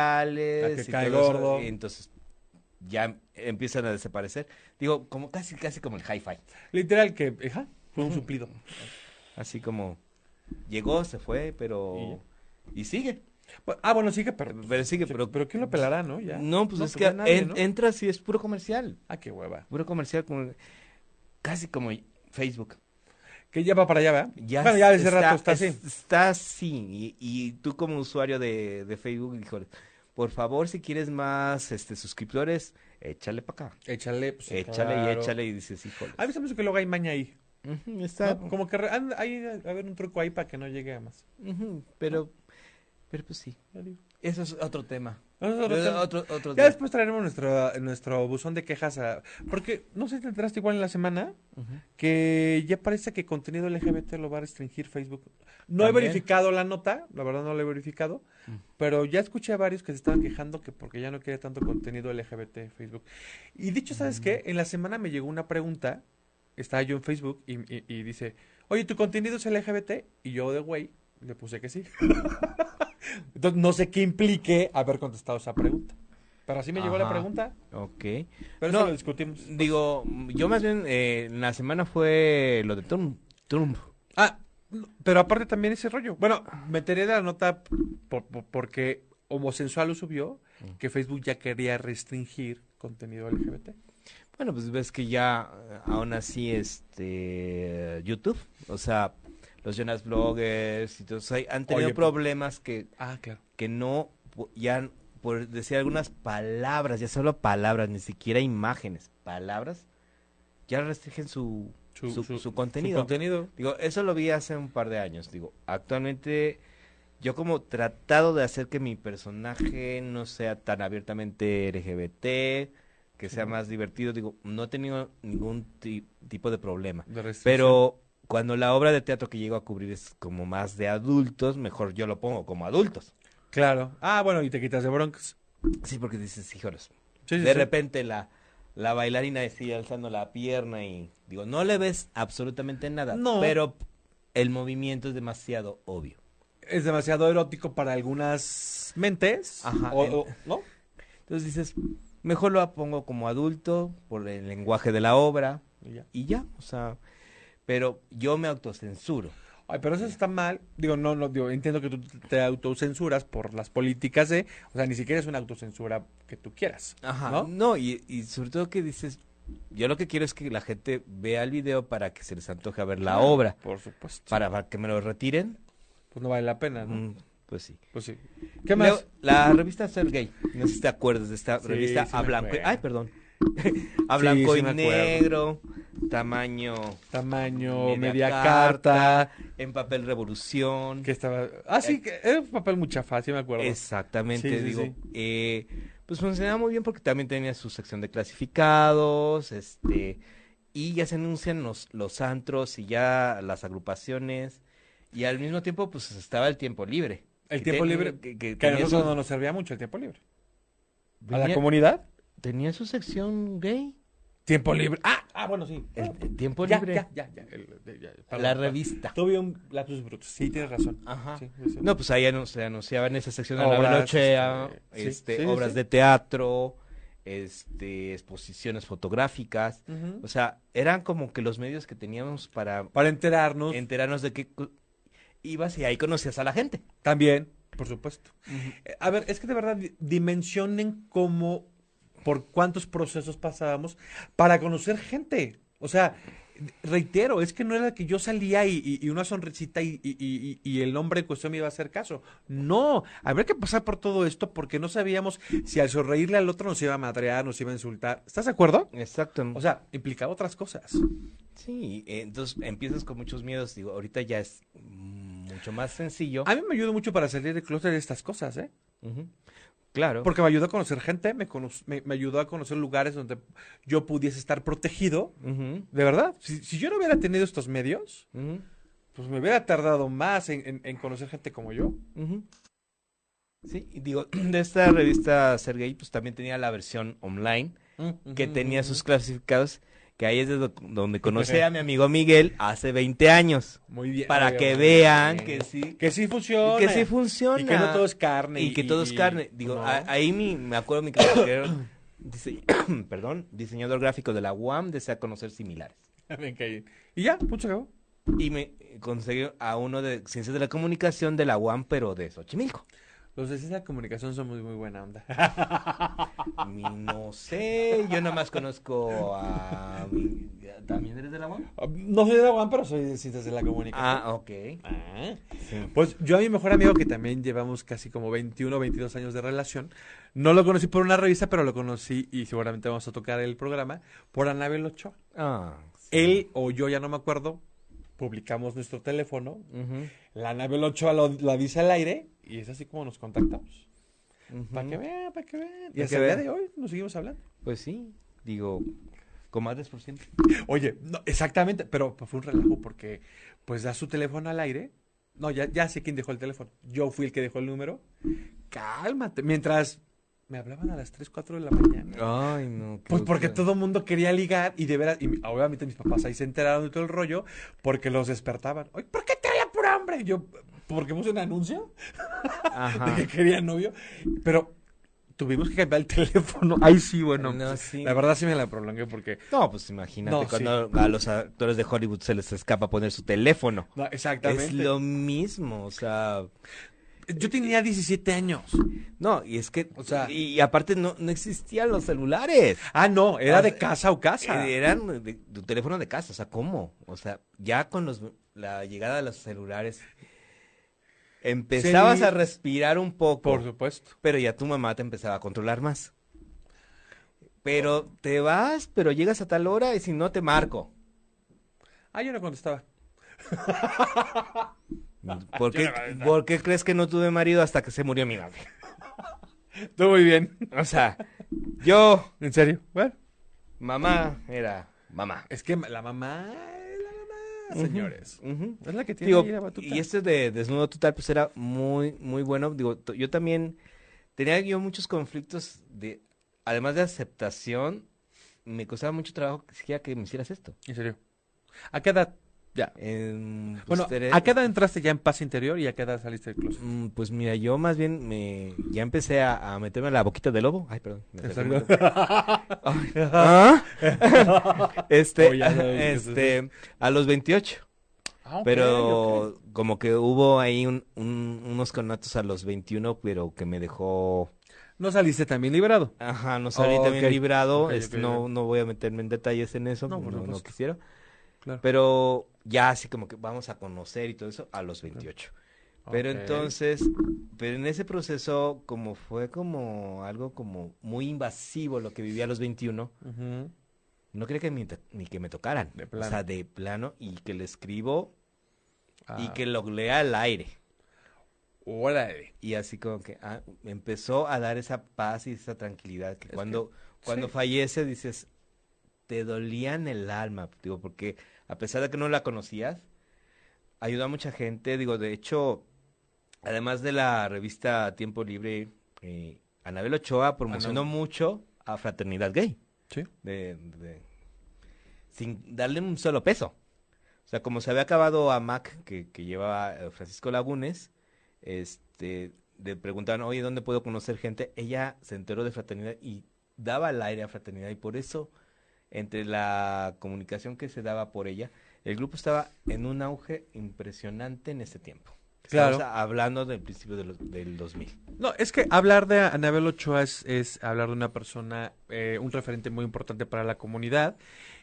Speaker 4: comerciales.
Speaker 2: A que
Speaker 4: y
Speaker 2: cae
Speaker 4: todo eso,
Speaker 2: gordo.
Speaker 4: y entonces ya empiezan a desaparecer. Digo, como casi, casi como el hi-fi.
Speaker 2: Literal que, ajá, fue un suplido.
Speaker 4: Así como llegó, se fue, pero. Y sigue.
Speaker 2: Bu- Ah, bueno, sigue, pero.
Speaker 4: Pero sigue, pero.
Speaker 2: Pero Mm. ¿quién lo pelará, no? Ya.
Speaker 4: No, pues es que
Speaker 2: ya nadie,
Speaker 4: en-
Speaker 2: ¿no?
Speaker 4: entras y es puro comercial.
Speaker 2: Ah, qué hueva.
Speaker 4: Puro comercial, como, casi como Facebook.
Speaker 2: Que ya va para allá, ¿verdad?
Speaker 4: Ya
Speaker 2: bueno, ya
Speaker 4: es-
Speaker 2: desde rato está
Speaker 4: es-
Speaker 2: así.
Speaker 4: Está así. Y, y tú como usuario de, de Facebook, híjole, por favor, si quieres más este suscriptores, échale para acá.
Speaker 2: Échale, pues,
Speaker 4: échale y
Speaker 2: claro.
Speaker 4: échale y dices, híjole.
Speaker 2: A mí se me hace que luego hay maña ahí.
Speaker 4: Ujú,
Speaker 2: ¿no?
Speaker 4: está-
Speaker 2: Como que re- anda- hay a ver un truco ahí para que no llegue a más.
Speaker 4: ujú, pero, pero pues sí.
Speaker 2: Ya digo.
Speaker 4: Eso es otro tema.
Speaker 2: Eso es otro
Speaker 4: Eh,
Speaker 2: tema.
Speaker 4: otro- otro
Speaker 2: Ya
Speaker 4: tema.
Speaker 2: después traeremos nuestro, nuestro buzón de quejas a- Porque, no sé si te enteraste igual en la semana Que ya parece que contenido LGBT lo va a restringir Facebook No he
Speaker 4: También.
Speaker 2: verificado la nota, la verdad no la he verificado Pero ya escuché a varios que se estaban quejando Que porque ya no quiere tanto contenido LGBT Facebook Y dicho, ¿sabes qué? En la semana me llegó una pregunta Estaba yo en Facebook y, y- y dice Oye, ¿tu contenido es LGBT? Y yo de güey le puse que sí Entonces no sé qué implique haber contestado esa pregunta pero así me llegó la
Speaker 4: Ajá.
Speaker 2: pregunta.
Speaker 4: Ok.
Speaker 2: Pero
Speaker 4: No,
Speaker 2: eso lo discutimos.
Speaker 4: Digo, yo más bien, eh, en la semana fue lo de Trump. Trump.
Speaker 2: Ah, no, pero aparte también ese rollo. Bueno, me enteré de la nota por- por- porque Homosensual lo subió
Speaker 4: Mm.
Speaker 2: que Facebook ya quería restringir contenido LGBT.
Speaker 4: Bueno, pues ves que ya eh, aún así este YouTube, o sea, los Jonas Bloggers y todos ahí han tenido
Speaker 2: Oye, pues-
Speaker 4: problemas que,
Speaker 2: Ah, claro.
Speaker 4: que no pu- ya han- por decir algunas palabras, ya solo palabras, ni siquiera imágenes, palabras ya restringen su su, su contenido. Digo, eso lo vi hace un par de años, digo, actualmente yo como tratado de hacer que mi personaje no sea tan abiertamente LGBT, que sea más divertido, digo, no he tenido ningún ti- tipo de problema.
Speaker 2: de restricción.
Speaker 4: Pero cuando la obra de teatro que llego a cubrir es como más de adultos, mejor yo lo pongo como adultos.
Speaker 2: Claro. Ah, bueno, y te quitas de broncas.
Speaker 4: Sí, porque dices, híjoles,
Speaker 2: Sí, sí,
Speaker 4: de
Speaker 2: sí.
Speaker 4: repente la, la bailarina sigue alzando la pierna y digo, no le ves absolutamente nada,
Speaker 2: No.
Speaker 4: pero el movimiento es demasiado obvio.
Speaker 2: Es demasiado erótico para algunas mentes.
Speaker 4: Ajá,
Speaker 2: o-
Speaker 4: en-
Speaker 2: o- ¿No?
Speaker 4: Entonces dices, mejor lo pongo como adulto por el lenguaje de la obra
Speaker 2: Y ya.
Speaker 4: y ya, o sea, pero yo me autocensuro.
Speaker 2: Ay, pero eso está mal. Digo, no, no, digo, entiendo que tú te autocensuras por las políticas de. O sea, ni siquiera es una autocensura que tú quieras.
Speaker 4: Ajá.
Speaker 2: ¿no?
Speaker 4: No, y, y sobre todo que dices, yo lo que quiero es que la gente vea el video para que se les antoje a ver la obra,
Speaker 2: Ah, Por supuesto.
Speaker 4: para, para que me lo retiren.
Speaker 2: Pues no vale la pena, ¿no?
Speaker 4: Mm, pues sí.
Speaker 2: Pues sí. ¿Qué
Speaker 4: Luego,
Speaker 2: más?
Speaker 4: la revista Ser Gay, no sé si te acuerdas de esta
Speaker 2: Sí,
Speaker 4: revista
Speaker 2: sí
Speaker 4: a
Speaker 2: me
Speaker 4: blanco. y-
Speaker 2: acuerdo.
Speaker 4: Ay, perdón. a
Speaker 2: Sí,
Speaker 4: blanco
Speaker 2: sí
Speaker 4: y
Speaker 2: me acuerdo.
Speaker 4: negro, tamaño,
Speaker 2: Tamaño,
Speaker 4: Media
Speaker 2: media carta,
Speaker 4: carta, en papel revolución.
Speaker 2: que estaba... Ah,
Speaker 4: Eh,
Speaker 2: sí, que era un papel muy chafa, sí me acuerdo.
Speaker 4: Exactamente,
Speaker 2: Sí, sí,
Speaker 4: digo.
Speaker 2: sí.
Speaker 4: eh, pues funcionaba muy bien porque también tenía su sección de clasificados, este, y ya se anuncian los, los antros y ya las agrupaciones, y al mismo tiempo pues estaba el tiempo libre.
Speaker 2: El
Speaker 4: Que
Speaker 2: tiempo
Speaker 4: tenía-
Speaker 2: libre,
Speaker 4: que,
Speaker 2: que, a
Speaker 4: tenía,
Speaker 2: nosotros
Speaker 4: su,
Speaker 2: no nos servía mucho el tiempo libre. ¿A la
Speaker 4: venía-
Speaker 2: comunidad?
Speaker 4: tenía su sección gay,
Speaker 2: Tiempo libre. Ah, ah bueno, sí.
Speaker 4: el,
Speaker 2: Ah,
Speaker 4: el tiempo
Speaker 2: ya,
Speaker 4: libre,
Speaker 2: ya, ya, ya, el- de- ya, perdón,
Speaker 4: la
Speaker 2: perdón.
Speaker 4: revista.
Speaker 2: Tuve un lapsus brutus. Sí, tienes razón.
Speaker 4: Ajá.
Speaker 2: Sí, sí, sí.
Speaker 4: No, pues ahí anun- se anunciaba en esa sección de la
Speaker 2: Obras,
Speaker 4: Velochea,
Speaker 2: este, sí,
Speaker 4: este,
Speaker 2: sí, sí,
Speaker 4: obras
Speaker 2: sí.
Speaker 4: de teatro, este, exposiciones fotográficas.
Speaker 2: Ujú.
Speaker 4: O sea, eran como que los medios que teníamos Pues, para
Speaker 2: Para enterarnos
Speaker 4: enterarnos de qué cu- ibas y ahí conocías a la gente.
Speaker 2: también, por supuesto. Eh, A ver, es que de verdad di- dimensionen cómo, por cuántos procesos pasábamos para conocer gente. O sea, reitero, es que no era que yo salía y, y- y una sonrisita y, y- y- y el hombre en cuestión me iba a hacer caso. No, habría que pasar por todo esto porque no sabíamos si al sonreírle al otro nos iba a madrear, nos iba a insultar. ¿Estás de acuerdo?
Speaker 4: Exacto.
Speaker 2: O sea, implicaba otras cosas.
Speaker 4: sí, eh, entonces empiezas con muchos miedos. Digo, ahorita ya es mm, mucho más sencillo.
Speaker 2: A mí me ayudó mucho para salir de closet de estas cosas, ¿eh?
Speaker 4: Ujú. Claro.
Speaker 2: Porque me ayudó a conocer gente, me, cono- me, me ayudó a conocer lugares donde yo pudiese estar protegido.
Speaker 4: Ujú,
Speaker 2: De verdad, si, si yo no hubiera tenido estos medios,
Speaker 4: ujú,
Speaker 2: pues me hubiera tardado más en, en- en conocer gente como yo.
Speaker 4: ujú. Sí, y digo, de esta revista Sergei, pues también tenía la versión online, que tenía sus clasificados, que ahí es de do- donde conocí a mi amigo Miguel hace 20 años.
Speaker 2: Muy bien.
Speaker 4: Para
Speaker 2: muy
Speaker 4: que
Speaker 2: bien.
Speaker 4: vean
Speaker 2: Muy
Speaker 4: que
Speaker 2: bien.
Speaker 4: sí,
Speaker 2: Que sí funciona.
Speaker 4: que sí funciona.
Speaker 2: Y que no todo es carne.
Speaker 4: Y que todo es carne. Digo,
Speaker 2: ¿no?
Speaker 4: a- ahí mi, me acuerdo mi compañero, dise- perdón, diseñador gráfico de la UAM, desea conocer similares.
Speaker 2: Ven que ahí- Y ya, mucho acabó.
Speaker 4: Y me conseguí a uno de Ciencias de la Comunicación de la UAM, pero de Xochimilco.
Speaker 2: Los de ciencia de la comunicación son muy, muy buena onda.
Speaker 4: Mi, no sé, yo nomás conozco a... mi- ¿También eres de la UAM?
Speaker 2: No soy de la UAM, pero soy de ciencias de la comunicación.
Speaker 4: Ah, ok.
Speaker 2: Ah.
Speaker 4: Sí.
Speaker 2: Pues yo a mi mejor amigo, que también llevamos casi como 21 o 22 años de relación, no lo conocí por una revista, pero lo conocí, y seguramente vamos a tocar el programa, por Anabel Ochoa.
Speaker 4: Ah,
Speaker 2: Él o yo, ya no me acuerdo, publicamos nuestro teléfono,
Speaker 4: ujú,
Speaker 2: la Anabel Ochoa lo, la dice al aire, y es así como nos contactamos.
Speaker 4: ujú.
Speaker 2: Para que vean, para que vean. Y
Speaker 4: Pa'
Speaker 2: hasta
Speaker 4: que
Speaker 2: el día
Speaker 4: vean.
Speaker 2: de hoy nos seguimos hablando.
Speaker 4: Pues sí, digo, comadres por siempre.
Speaker 2: Oye, no, exactamente, pero pues, fue un relajo porque pues da su teléfono al aire. No, ya, ya sé quién dejó el teléfono. Yo fui el que dejó el número. Cálmate. Mientras me hablaban a las 3, 4 de la mañana.
Speaker 4: Ay, no. qué
Speaker 2: Pues porque
Speaker 4: horror.
Speaker 2: todo el mundo quería ligar y de veras, y mi- obviamente mis papás ahí se enteraron de todo el rollo porque los despertaban. Oye, ¿por qué te habla por hambre? Yo, porque puse un anuncio de
Speaker 4: Ajá.
Speaker 2: que quería novio, pero tuvimos que cambiar el teléfono. Ahí sí, bueno.
Speaker 4: No,
Speaker 2: pues,
Speaker 4: sí.
Speaker 2: La verdad sí me la prolongué porque
Speaker 4: No, pues imagínate
Speaker 2: No, sí.
Speaker 4: cuando a los actores de Hollywood se les escapa poner su teléfono.
Speaker 2: no,
Speaker 4: Es
Speaker 2: exactamente.
Speaker 4: lo mismo, o sea,
Speaker 2: Yo tenía 17 años.
Speaker 4: no, y es que,
Speaker 2: O sea-
Speaker 4: y, y aparte no, no existían los celulares.
Speaker 2: Ah, no, era
Speaker 4: Ah,
Speaker 2: de casa o casa.
Speaker 4: Eh, Eran de, tu teléfono de casa, o sea, ¿cómo? O sea, ya con los, la llegada de los celulares, empezabas
Speaker 2: Sí.
Speaker 4: a respirar un poco,
Speaker 2: Por supuesto.
Speaker 4: pero ya tu mamá te empezaba a controlar más. Pero
Speaker 2: Oh.
Speaker 4: te vas, pero llegas a tal hora y si no te marco.
Speaker 2: Ah, yo no contestaba.
Speaker 4: ¿Por qué, por qué crees que no tuve marido hasta que se murió mi madre?
Speaker 2: Todo muy bien.
Speaker 4: O sea, yo,
Speaker 2: ¿En serio? Bueno.
Speaker 4: mamá, era mamá.
Speaker 2: Es que la mamá es la mamá, señores.
Speaker 4: Ujú.
Speaker 2: Es la que tiene
Speaker 4: Digo,
Speaker 2: ahí la batuta.
Speaker 4: y este de Desnudo Total, pues era muy, muy bueno. Digo, t- yo también tenía yo muchos conflictos de, además de aceptación, me costaba mucho trabajo que siquiera que me hicieras esto.
Speaker 2: En serio. ¿A qué edad? Ya.
Speaker 4: En- pues,
Speaker 2: Bueno,
Speaker 4: tere-
Speaker 2: ¿a qué edad entraste ya en paz interior y a qué edad saliste del closet?
Speaker 4: Mm, Pues mira, yo más bien me ya empecé a, a meterme a la boquita de lobo. Ay, perdón. me
Speaker 2: Exacto.
Speaker 4: salió un- Ay, ¿ah? este,
Speaker 2: Oh, ya sabes qué es
Speaker 4: este, a los 28.
Speaker 2: Ah,
Speaker 4: Pero como que hubo ahí un- un- unos conatos a los 21, pero que me dejó,
Speaker 2: No saliste también liberado.
Speaker 4: ajá, no salí también
Speaker 2: Oh, Ok.
Speaker 4: librado.
Speaker 2: Ok,
Speaker 4: este,
Speaker 2: ok,
Speaker 4: no,
Speaker 2: ok.
Speaker 4: no voy a meterme en detalles en eso,
Speaker 2: No,
Speaker 4: no,
Speaker 2: por
Speaker 4: no,
Speaker 2: supuesto.
Speaker 4: quisiera.
Speaker 2: Claro.
Speaker 4: Pero ya así como que vamos a conocer y todo eso a los 28. Pero
Speaker 2: Ok.
Speaker 4: entonces, pero en ese proceso como fue como algo como muy invasivo lo que viví a los 21,
Speaker 2: Ujú.
Speaker 4: no quería que me to- ni que me tocaran,
Speaker 2: De
Speaker 4: o
Speaker 2: plano.
Speaker 4: sea, de plano y que le escribo y
Speaker 2: Ah,
Speaker 4: que lo lea al aire.
Speaker 2: Órale.
Speaker 4: Y así como que ah, me empezó a dar esa paz y esa tranquilidad que cuando cuando fallece dices te dolía en el alma, digo, porque a pesar de que no la conocías, ayudó a mucha gente, digo, de hecho, además de la revista Tiempo Libre, eh, Anabel Ochoa promocionó mucho a Fraternidad Gay,
Speaker 2: Sí.
Speaker 4: de- de- sin darle un solo peso. O sea, como se había acabado a Mac, que, que llevaba eh, Francisco Lagunes, este, le preguntaban, oye, ¿dónde puedo conocer gente? Ella se enteró de fraternidad y daba al aire a fraternidad y por eso, entre la comunicación que se daba por ella, el grupo estaba en un auge impresionante en ese tiempo.
Speaker 2: Claro.
Speaker 4: Estamos hablando del principio de los- del 2000.
Speaker 2: No, es que hablar de Anabel Ochoa es, es hablar de una persona, eh, un referente muy importante para la comunidad.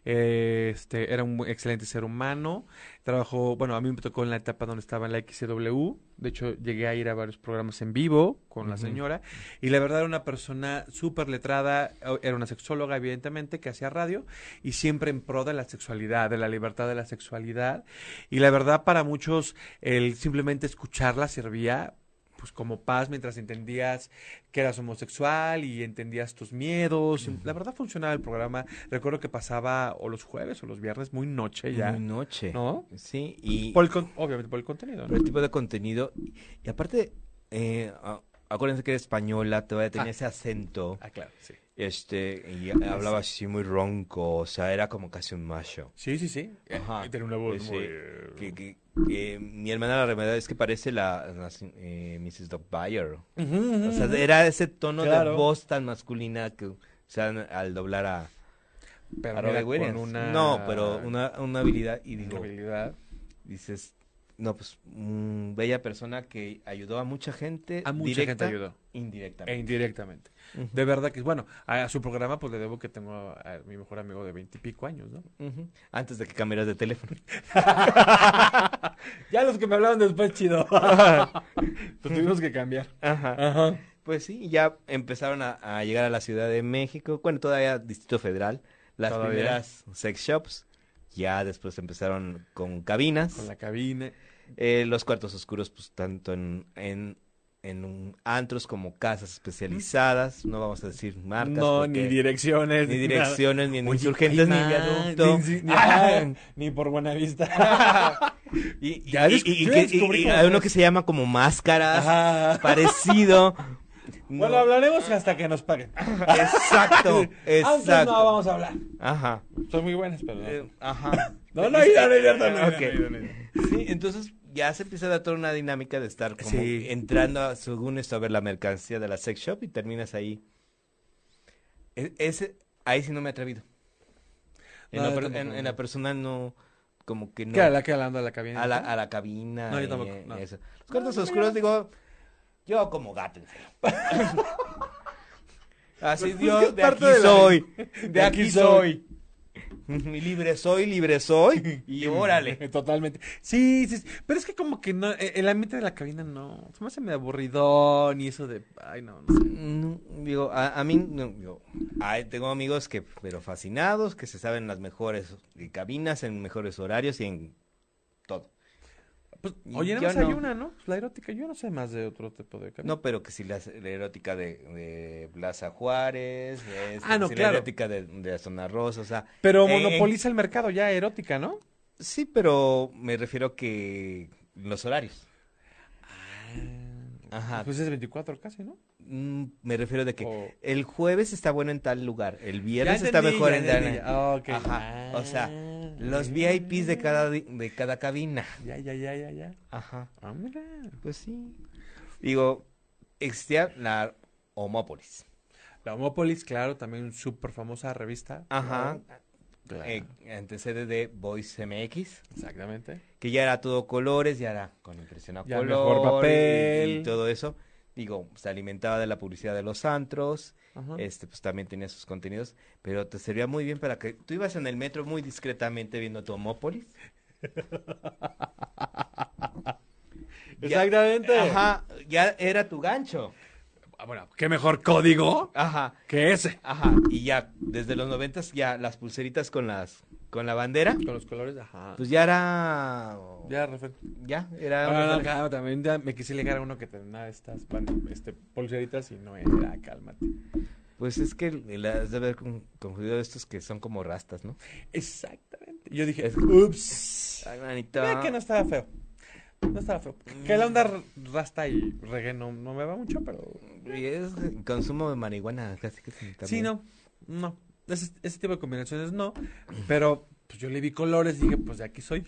Speaker 2: Eh, este, era un bu- excelente ser humano. Trabajó, bueno, a mí me tocó en la etapa donde estaba en la XCW. De hecho, llegué a ir a varios programas en vivo con la
Speaker 4: Ujú.
Speaker 2: señora. Y la verdad era una persona súper letrada. o- Era una sexóloga, evidentemente, que hacía radio. Y siempre en pro de la sexualidad, de la libertad de la sexualidad. Y la verdad, para muchos, el simplemente escucharla servía pues como paz mientras entendías que eras homosexual y entendías tus miedos. La verdad funcionaba el programa. Recuerdo que pasaba o los jueves o los viernes muy noche ya.
Speaker 4: Muy noche.
Speaker 2: ¿No?
Speaker 4: Sí, y
Speaker 2: Por el con- obviamente por el contenido.
Speaker 4: por
Speaker 2: ¿no?
Speaker 4: el tipo de contenido. Y aparte, eh, a- acuérdense que era española, todavía tenía ese acento.
Speaker 2: Ah, claro, sí.
Speaker 4: Este, y hablaba así muy ronco, o sea, era como casi un macho.
Speaker 2: Sí, sí, sí. Eh, Y tenía una voz
Speaker 4: Sí,
Speaker 2: muy... eh,
Speaker 4: que- que- que eh, mi hermana, la verdad es que parece la, la sin- eh, Mrs. Dogbuyer.
Speaker 2: Ujú, ujú,
Speaker 4: O sea,
Speaker 2: ujú.
Speaker 4: era ese tono de
Speaker 2: Claro.
Speaker 4: voz tan masculina que, o sea, al doblar a,
Speaker 2: Pero
Speaker 4: a
Speaker 2: mira,
Speaker 4: Robbie
Speaker 2: con
Speaker 4: Williams.
Speaker 2: una-
Speaker 4: No, pero una, una habilidad. Y digo,
Speaker 2: habilidad.
Speaker 4: dices, no, pues, mm, bella persona que ayudó a mucha gente.
Speaker 2: A mucha gente
Speaker 4: directa,
Speaker 2: ayudó. E
Speaker 4: Indirectamente.
Speaker 2: indirectamente. De verdad que, bueno, a, a su programa pues le debo que tengo a, a mi mejor amigo de veintipico años, ¿no?
Speaker 4: Ujú. Eh, Antes de que cambiaras de teléfono.
Speaker 6: Ya los que me hablaron después, chido. pues tuvimos que cambiar. Ajá.
Speaker 4: Pues sí, ya empezaron a, a llegar a la Ciudad de México, bueno, todavía Distrito Federal, las
Speaker 2: Todavía.
Speaker 4: primeras sex shops, ya después empezaron con cabinas,
Speaker 2: Con la cabina.
Speaker 4: eh, los cuartos oscuros, pues tanto en, en, en un- antros como casas especializadas, no vamos a decir marcas,
Speaker 2: no,
Speaker 4: porque-
Speaker 2: ni direcciones.
Speaker 4: ni
Speaker 2: nada.
Speaker 4: direcciones, ni en
Speaker 2: Oye,
Speaker 4: insurgentes, ni en
Speaker 2: ahí va,
Speaker 4: viaducto.
Speaker 2: ni- ni- ni-
Speaker 4: Ah,
Speaker 6: Ni por Buenavista.
Speaker 4: Y, y-
Speaker 2: Ya
Speaker 4: y-
Speaker 2: descu-
Speaker 4: y-
Speaker 2: yo
Speaker 4: que-
Speaker 2: descubrí
Speaker 4: y- y
Speaker 2: cómo
Speaker 4: hay uno
Speaker 2: es.
Speaker 4: que se llama como máscaras,
Speaker 2: Ajá.
Speaker 4: parecido.
Speaker 6: Bueno,
Speaker 4: No,
Speaker 6: hablaremos hasta que nos paguen.
Speaker 4: Exacto,
Speaker 6: Antes Ah, no
Speaker 4: exacto.
Speaker 6: vamos a hablar.
Speaker 4: Ajá.
Speaker 6: Son muy buenas, pero no.
Speaker 4: Eh, ajá.
Speaker 6: No, no, no, no, no, no, no,
Speaker 4: Ok. Sí, entonces ya se empieza a dar toda una dinámica de estar como
Speaker 2: Sí.
Speaker 4: entrando a, según esto a ver la mercancía de la sex shop y terminas ahí. E- ese, ahí sí no me he atrevido.
Speaker 2: No,
Speaker 4: En, la,
Speaker 2: yo
Speaker 4: per-
Speaker 2: tampoco,
Speaker 4: en- en
Speaker 2: no.
Speaker 4: la persona no, como que no.
Speaker 2: Que a la que hablando a la cabina.
Speaker 4: a, la, a la cabina.
Speaker 2: No, yo
Speaker 4: y,
Speaker 2: tampoco,
Speaker 4: eh,
Speaker 2: no.
Speaker 4: eso. Los cuartos oscuros, digo, yo como gato. Así
Speaker 2: que
Speaker 4: yo,
Speaker 2: es
Speaker 4: de aquí
Speaker 2: parte de la-
Speaker 4: soy, de
Speaker 2: de aquí
Speaker 4: aquí soy. Y libre soy, libre soy. Y órale.
Speaker 2: Totalmente. Sí, sí, sí. Pero es que como que no, eh, el ambiente de la cabina no. Se me hace medio aburridón y eso de. Ay, no, no sé.
Speaker 4: No, digo, a, a mí, no, digo, ay, tengo amigos que, pero fascinados, que se saben las mejores eh, cabinas, en mejores horarios y en todo.
Speaker 2: Pues,
Speaker 4: Y
Speaker 2: oye, nada
Speaker 4: yo
Speaker 2: más hay
Speaker 4: no.
Speaker 2: una, ¿no? Pues, La erótica, yo no sé más de otro tipo de cabina.
Speaker 4: No, pero que si la, la erótica de, de Plaza Juárez, este,
Speaker 2: Ah, no,
Speaker 4: si la
Speaker 2: claro.
Speaker 4: erótica de, de la Zona Rosa, o sea.
Speaker 2: Pero
Speaker 4: eh, en-
Speaker 2: monopoliza el mercado ya erótica, ¿no?
Speaker 4: sí, pero me refiero que los horarios. Ajá.
Speaker 2: Pues es 24 casi, ¿no?
Speaker 4: Mm, me refiero de que
Speaker 2: O-
Speaker 4: el jueves está bueno en tal lugar, el
Speaker 2: Oh. Ya
Speaker 4: viernes está
Speaker 2: entendí,
Speaker 4: mejor
Speaker 2: ya
Speaker 4: en
Speaker 2: entendí,
Speaker 4: tal.
Speaker 2: ya. Ah, ok.
Speaker 4: Ajá. O sea,
Speaker 2: Ah,
Speaker 4: los
Speaker 2: ah.
Speaker 4: VIPs de cada di- de cada cabina.
Speaker 2: Ya, ya, ya, ya, ya.
Speaker 4: Ajá.
Speaker 2: Ah, mira.
Speaker 4: Pues sí. Digo, existía la Homópolis.
Speaker 2: La Homópolis, claro, también súper famosa revista.
Speaker 4: Ajá.
Speaker 2: Claro.
Speaker 4: Eh, antecede de Voice MX,
Speaker 2: Exactamente.
Speaker 4: que ya era todo colores, ya era con impresión a
Speaker 2: Ya
Speaker 4: color
Speaker 2: mejor
Speaker 4: y-
Speaker 2: papel.
Speaker 4: y todo eso. Digo, se alimentaba de la publicidad de los antros,
Speaker 2: Ajá.
Speaker 4: este pues también tenía sus contenidos, pero te servía muy bien para que tú ibas en el metro muy discretamente viendo tu homópolis.
Speaker 6: Exactamente.
Speaker 4: Ajá, ya era tu gancho.
Speaker 2: Ah, Bueno, qué mejor código
Speaker 4: Ajá,
Speaker 2: que ese.
Speaker 4: ajá, y ya desde los noventas ya las pulseritas con las con la bandera,
Speaker 2: Con los colores, ajá.
Speaker 4: pues ya era
Speaker 2: ya, Ah, Rafael.
Speaker 4: ya era
Speaker 2: Bueno,
Speaker 4: una-
Speaker 2: no, claro, también ya me quise ligar a uno que tenía estas pan- este, pulseritas y no era, cálmate.
Speaker 4: pues es que la has de haber con- confundido estos que son como rastas, ¿no?
Speaker 2: Exactamente. Yo dije,
Speaker 4: Es-
Speaker 2: ups.
Speaker 4: Ay,
Speaker 2: Vea
Speaker 4: manita.
Speaker 2: que no estaba feo. No estaba feo. Que la onda r- rasta y reggae no, no me va mucho, pero.
Speaker 4: Y es consumo de marihuana casi que sí,
Speaker 2: Sí,
Speaker 4: también.
Speaker 2: no. No. Ese, ese tipo de combinaciones no. Pero pues yo le vi colores y dije, pues de aquí soy.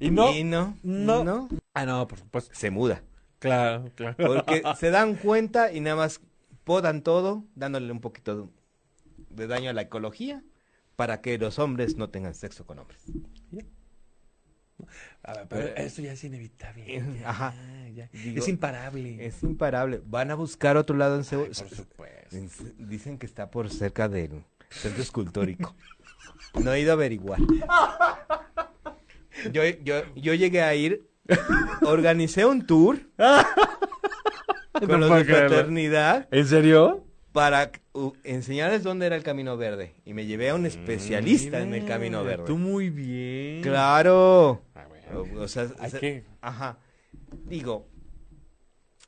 Speaker 2: y no.
Speaker 4: Y no,
Speaker 2: No.
Speaker 4: no,
Speaker 2: Ah, no, por supuesto.
Speaker 4: se muda.
Speaker 2: Claro, claro.
Speaker 4: Porque se dan cuenta y nada más podan todo, dándole un poquito de daño a la ecología para que los hombres no tengan sexo con hombres.
Speaker 2: A ver, pero eso ya es inevitable. Ya,
Speaker 4: Eh. Ajá.
Speaker 2: ya.
Speaker 4: Digo,
Speaker 2: es imparable.
Speaker 4: Es imparable. Van a buscar otro lado en Seúl.
Speaker 2: Por supuesto.
Speaker 4: En- Dicen que está por cerca del centro escultórico. No he ido a averiguar. Yo, yo, yo llegué a ir, organicé un tour con los
Speaker 6: puedo
Speaker 4: de
Speaker 6: creerlo.
Speaker 4: fraternidad
Speaker 6: ¿En serio?
Speaker 4: para uh, enseñarles dónde era el Camino Verde. Y me llevé a un especialista en el Camino Verde.
Speaker 2: Mm, Tú muy bien.
Speaker 4: Claro.
Speaker 2: Ah, bueno.
Speaker 4: O, o sea,
Speaker 2: Hay
Speaker 4: se-
Speaker 2: que-
Speaker 4: ajá. Digo,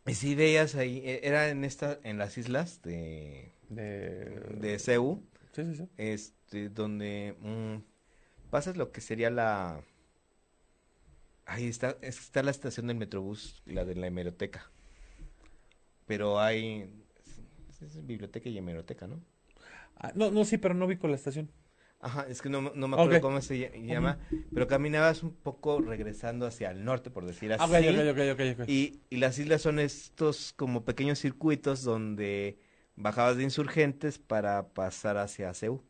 Speaker 4: Y sí veías ahí, e- era en esta, en las islas de,
Speaker 7: De...
Speaker 2: Mm.
Speaker 4: de Ceú,
Speaker 7: Sí, sí, sí.
Speaker 4: este, donde mm, pasas lo que sería la... Ahí está, es- está la estación del Metrobús, la de la hemeroteca. Pero hay... es- es biblioteca y hemeroteca, ¿no?
Speaker 2: Ah, no, no, sí, pero no vi con la estación.
Speaker 4: Ajá, es que no, me- no me acuerdo
Speaker 2: Ok.
Speaker 4: cómo se ll- llama, pero caminabas un poco regresando hacia el norte, por decir así.
Speaker 2: Ah, ok, ok, ok, ok, ok.
Speaker 4: Y, y las islas son estos como pequeños circuitos donde bajabas de insurgentes para pasar hacia Ceú,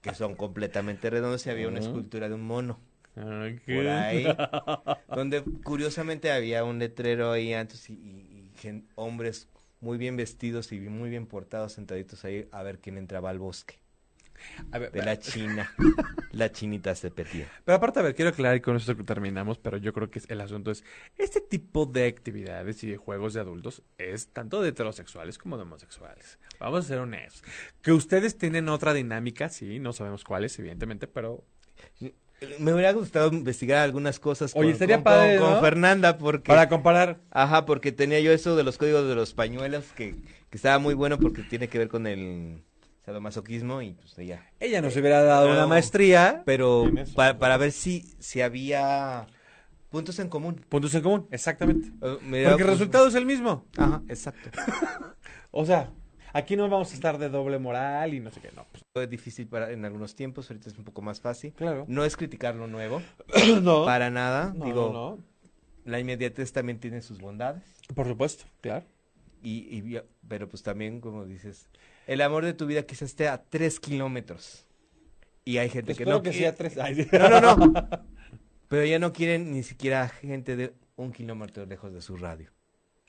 Speaker 4: que son completamente redondos y
Speaker 2: Ah.
Speaker 4: había una escultura de un mono
Speaker 2: Ok.
Speaker 4: por ahí, donde curiosamente había un letrero ahí antes y, y- y gen- hombres muy bien vestidos y muy bien portados sentaditos ahí a ver quién entraba al bosque.
Speaker 2: A ver,
Speaker 4: De la China. La chinita se petía.
Speaker 2: Pero aparte, a ver, quiero aclarar y con esto terminamos, pero yo creo que el asunto es, este tipo de actividades y de juegos de adultos es tanto de heterosexuales como de homosexuales. Vamos a ser honestos. Que ustedes tienen otra dinámica, sí, no sabemos cuál es, evidentemente, pero...
Speaker 4: Me hubiera gustado investigar algunas cosas
Speaker 2: Oye, estaría padre,
Speaker 4: con
Speaker 2: ¿no?
Speaker 4: Fernanda porque...
Speaker 2: Para comparar,
Speaker 4: Ajá, porque tenía yo eso de los códigos de los pañuelos que, que estaba muy bueno porque tiene que ver con el sadomasoquismo y pues ella.
Speaker 2: ella nos hubiera dado una
Speaker 4: No.
Speaker 2: maestría.
Speaker 4: Pero
Speaker 7: En eso.
Speaker 4: pa- para ver si, si había puntos en común.
Speaker 2: Puntos en común, exactamente.
Speaker 4: Eh, me daba-
Speaker 2: Porque el resultado es el mismo.
Speaker 4: Ajá, exacto.
Speaker 2: pues, O sea, aquí no vamos a estar de doble moral y no sé qué, no. pues,
Speaker 4: Fue difícil para, en algunos tiempos, ahorita es un poco más fácil.
Speaker 2: claro.
Speaker 4: No es criticar lo nuevo,
Speaker 2: no.
Speaker 4: para nada.
Speaker 2: no,
Speaker 4: Digo,
Speaker 2: no, no.
Speaker 4: la inmediatez también tiene sus bondades.
Speaker 2: Por supuesto, claro.
Speaker 4: Y, y vi- pero pues también, como dices, el amor de tu vida quizás esté a tres kilómetros. Y hay gente
Speaker 2: Pues Espero
Speaker 4: que no.
Speaker 2: que
Speaker 4: qui-
Speaker 2: sea tres. Ay, sí.
Speaker 4: No, no, no. pero ya no quieren ni siquiera gente de un kilómetro lejos de su radio.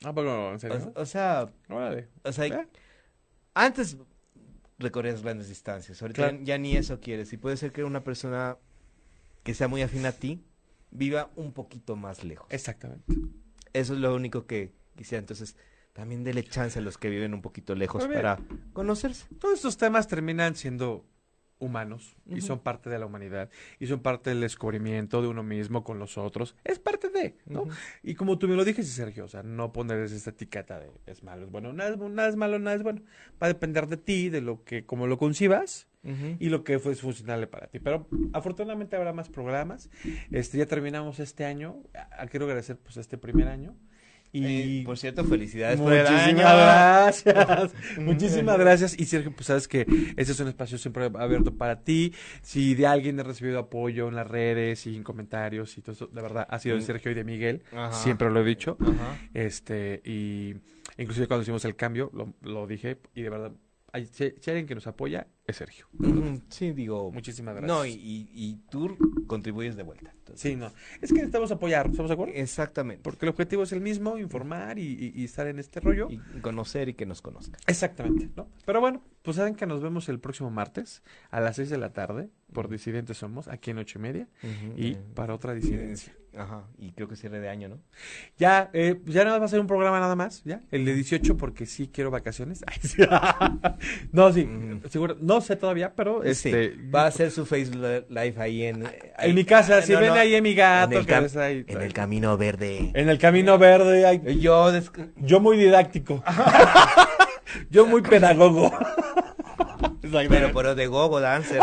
Speaker 2: Ah, pero, ¿en serio?
Speaker 4: O, o sea,
Speaker 2: Órale.
Speaker 4: o sea,
Speaker 2: ¿Eh?
Speaker 4: antes recorrías grandes distancias. Ahorita
Speaker 2: Claro.
Speaker 4: ya, ya ni eso quieres. Y puede ser que una persona que sea muy afín a ti viva un poquito más lejos.
Speaker 2: Exactamente.
Speaker 4: Eso es lo único que quisiera. Entonces, también dele chance a los que viven un poquito lejos
Speaker 2: Muy bien.
Speaker 4: para conocerse.
Speaker 2: Todos estos temas terminan siendo humanos y
Speaker 4: Ujú.
Speaker 2: son parte de la humanidad y son parte del descubrimiento de uno mismo con los otros. Es parte de, ¿no?
Speaker 4: Ujú.
Speaker 2: Y como tú me lo dijiste, Sergio, o sea, no ponerles esta etiqueta de es malo, es bueno, nada es, bu- nada es malo, nada es bueno. Va a depender de ti, de lo que, como lo concibas
Speaker 4: Ujú.
Speaker 2: y lo que fue funcionable para ti. Pero afortunadamente habrá más programas. Este, ya terminamos este año. A- a- quiero agradecer, pues, este primer año. Y
Speaker 4: Eh, por cierto, felicidades por el
Speaker 2: Muchísimas
Speaker 4: año.
Speaker 2: gracias. Muchísimas gracias. Y Sergio, pues sabes que este es un espacio siempre abierto para ti. Si de alguien he recibido apoyo en las redes y en comentarios y todo eso, de verdad, ha sido de
Speaker 4: Mm.
Speaker 2: Sergio y de Miguel.
Speaker 4: Ajá.
Speaker 2: Siempre lo he dicho.
Speaker 4: Ajá.
Speaker 2: Este, y inclusive cuando hicimos el cambio, lo, lo dije. Y de verdad, hay, si, si hay alguien que nos apoya, es Sergio.
Speaker 4: Ujú, Sí, digo.
Speaker 2: Muchísimas gracias.
Speaker 4: No, y, y, y tú contribuyes de vuelta. Entonces,
Speaker 2: Sí, no. Es que necesitamos apoyar, ¿estamos de acuerdo?
Speaker 4: Exactamente.
Speaker 2: Porque el objetivo es el mismo, informar y, y- y estar en este rollo.
Speaker 4: Y conocer y que nos conozcan.
Speaker 2: Exactamente, ¿no? Pero bueno, pues saben que nos vemos el próximo martes a las 6 de la tarde por Disidentes Somos, aquí en ocho y media, y para otra disidencia.
Speaker 4: Eh, Ajá. Y creo que cierre de año, ¿no?
Speaker 2: Ya, eh, ya nada más va a ser un programa nada más, ¿ya? El de 18 porque sí quiero vacaciones. Ay, sí. no, sí,
Speaker 4: Mm.
Speaker 2: seguro, no sé todavía, pero este...
Speaker 4: Pues Sí, Va a hacer su Facebook Live ahí Ah, en. ahí-
Speaker 2: En mi casa, si
Speaker 4: eh, no,
Speaker 2: ven
Speaker 4: no,
Speaker 2: ahí en mi gato,
Speaker 4: en el,
Speaker 2: que
Speaker 4: cam-
Speaker 2: ves ahí-
Speaker 4: en el camino verde.
Speaker 2: en el camino verde, ay,
Speaker 4: Yo. desc-
Speaker 2: Eh, yo muy didáctico, yo muy pedagogo.
Speaker 4: Pero, pero de Gogo Dancer.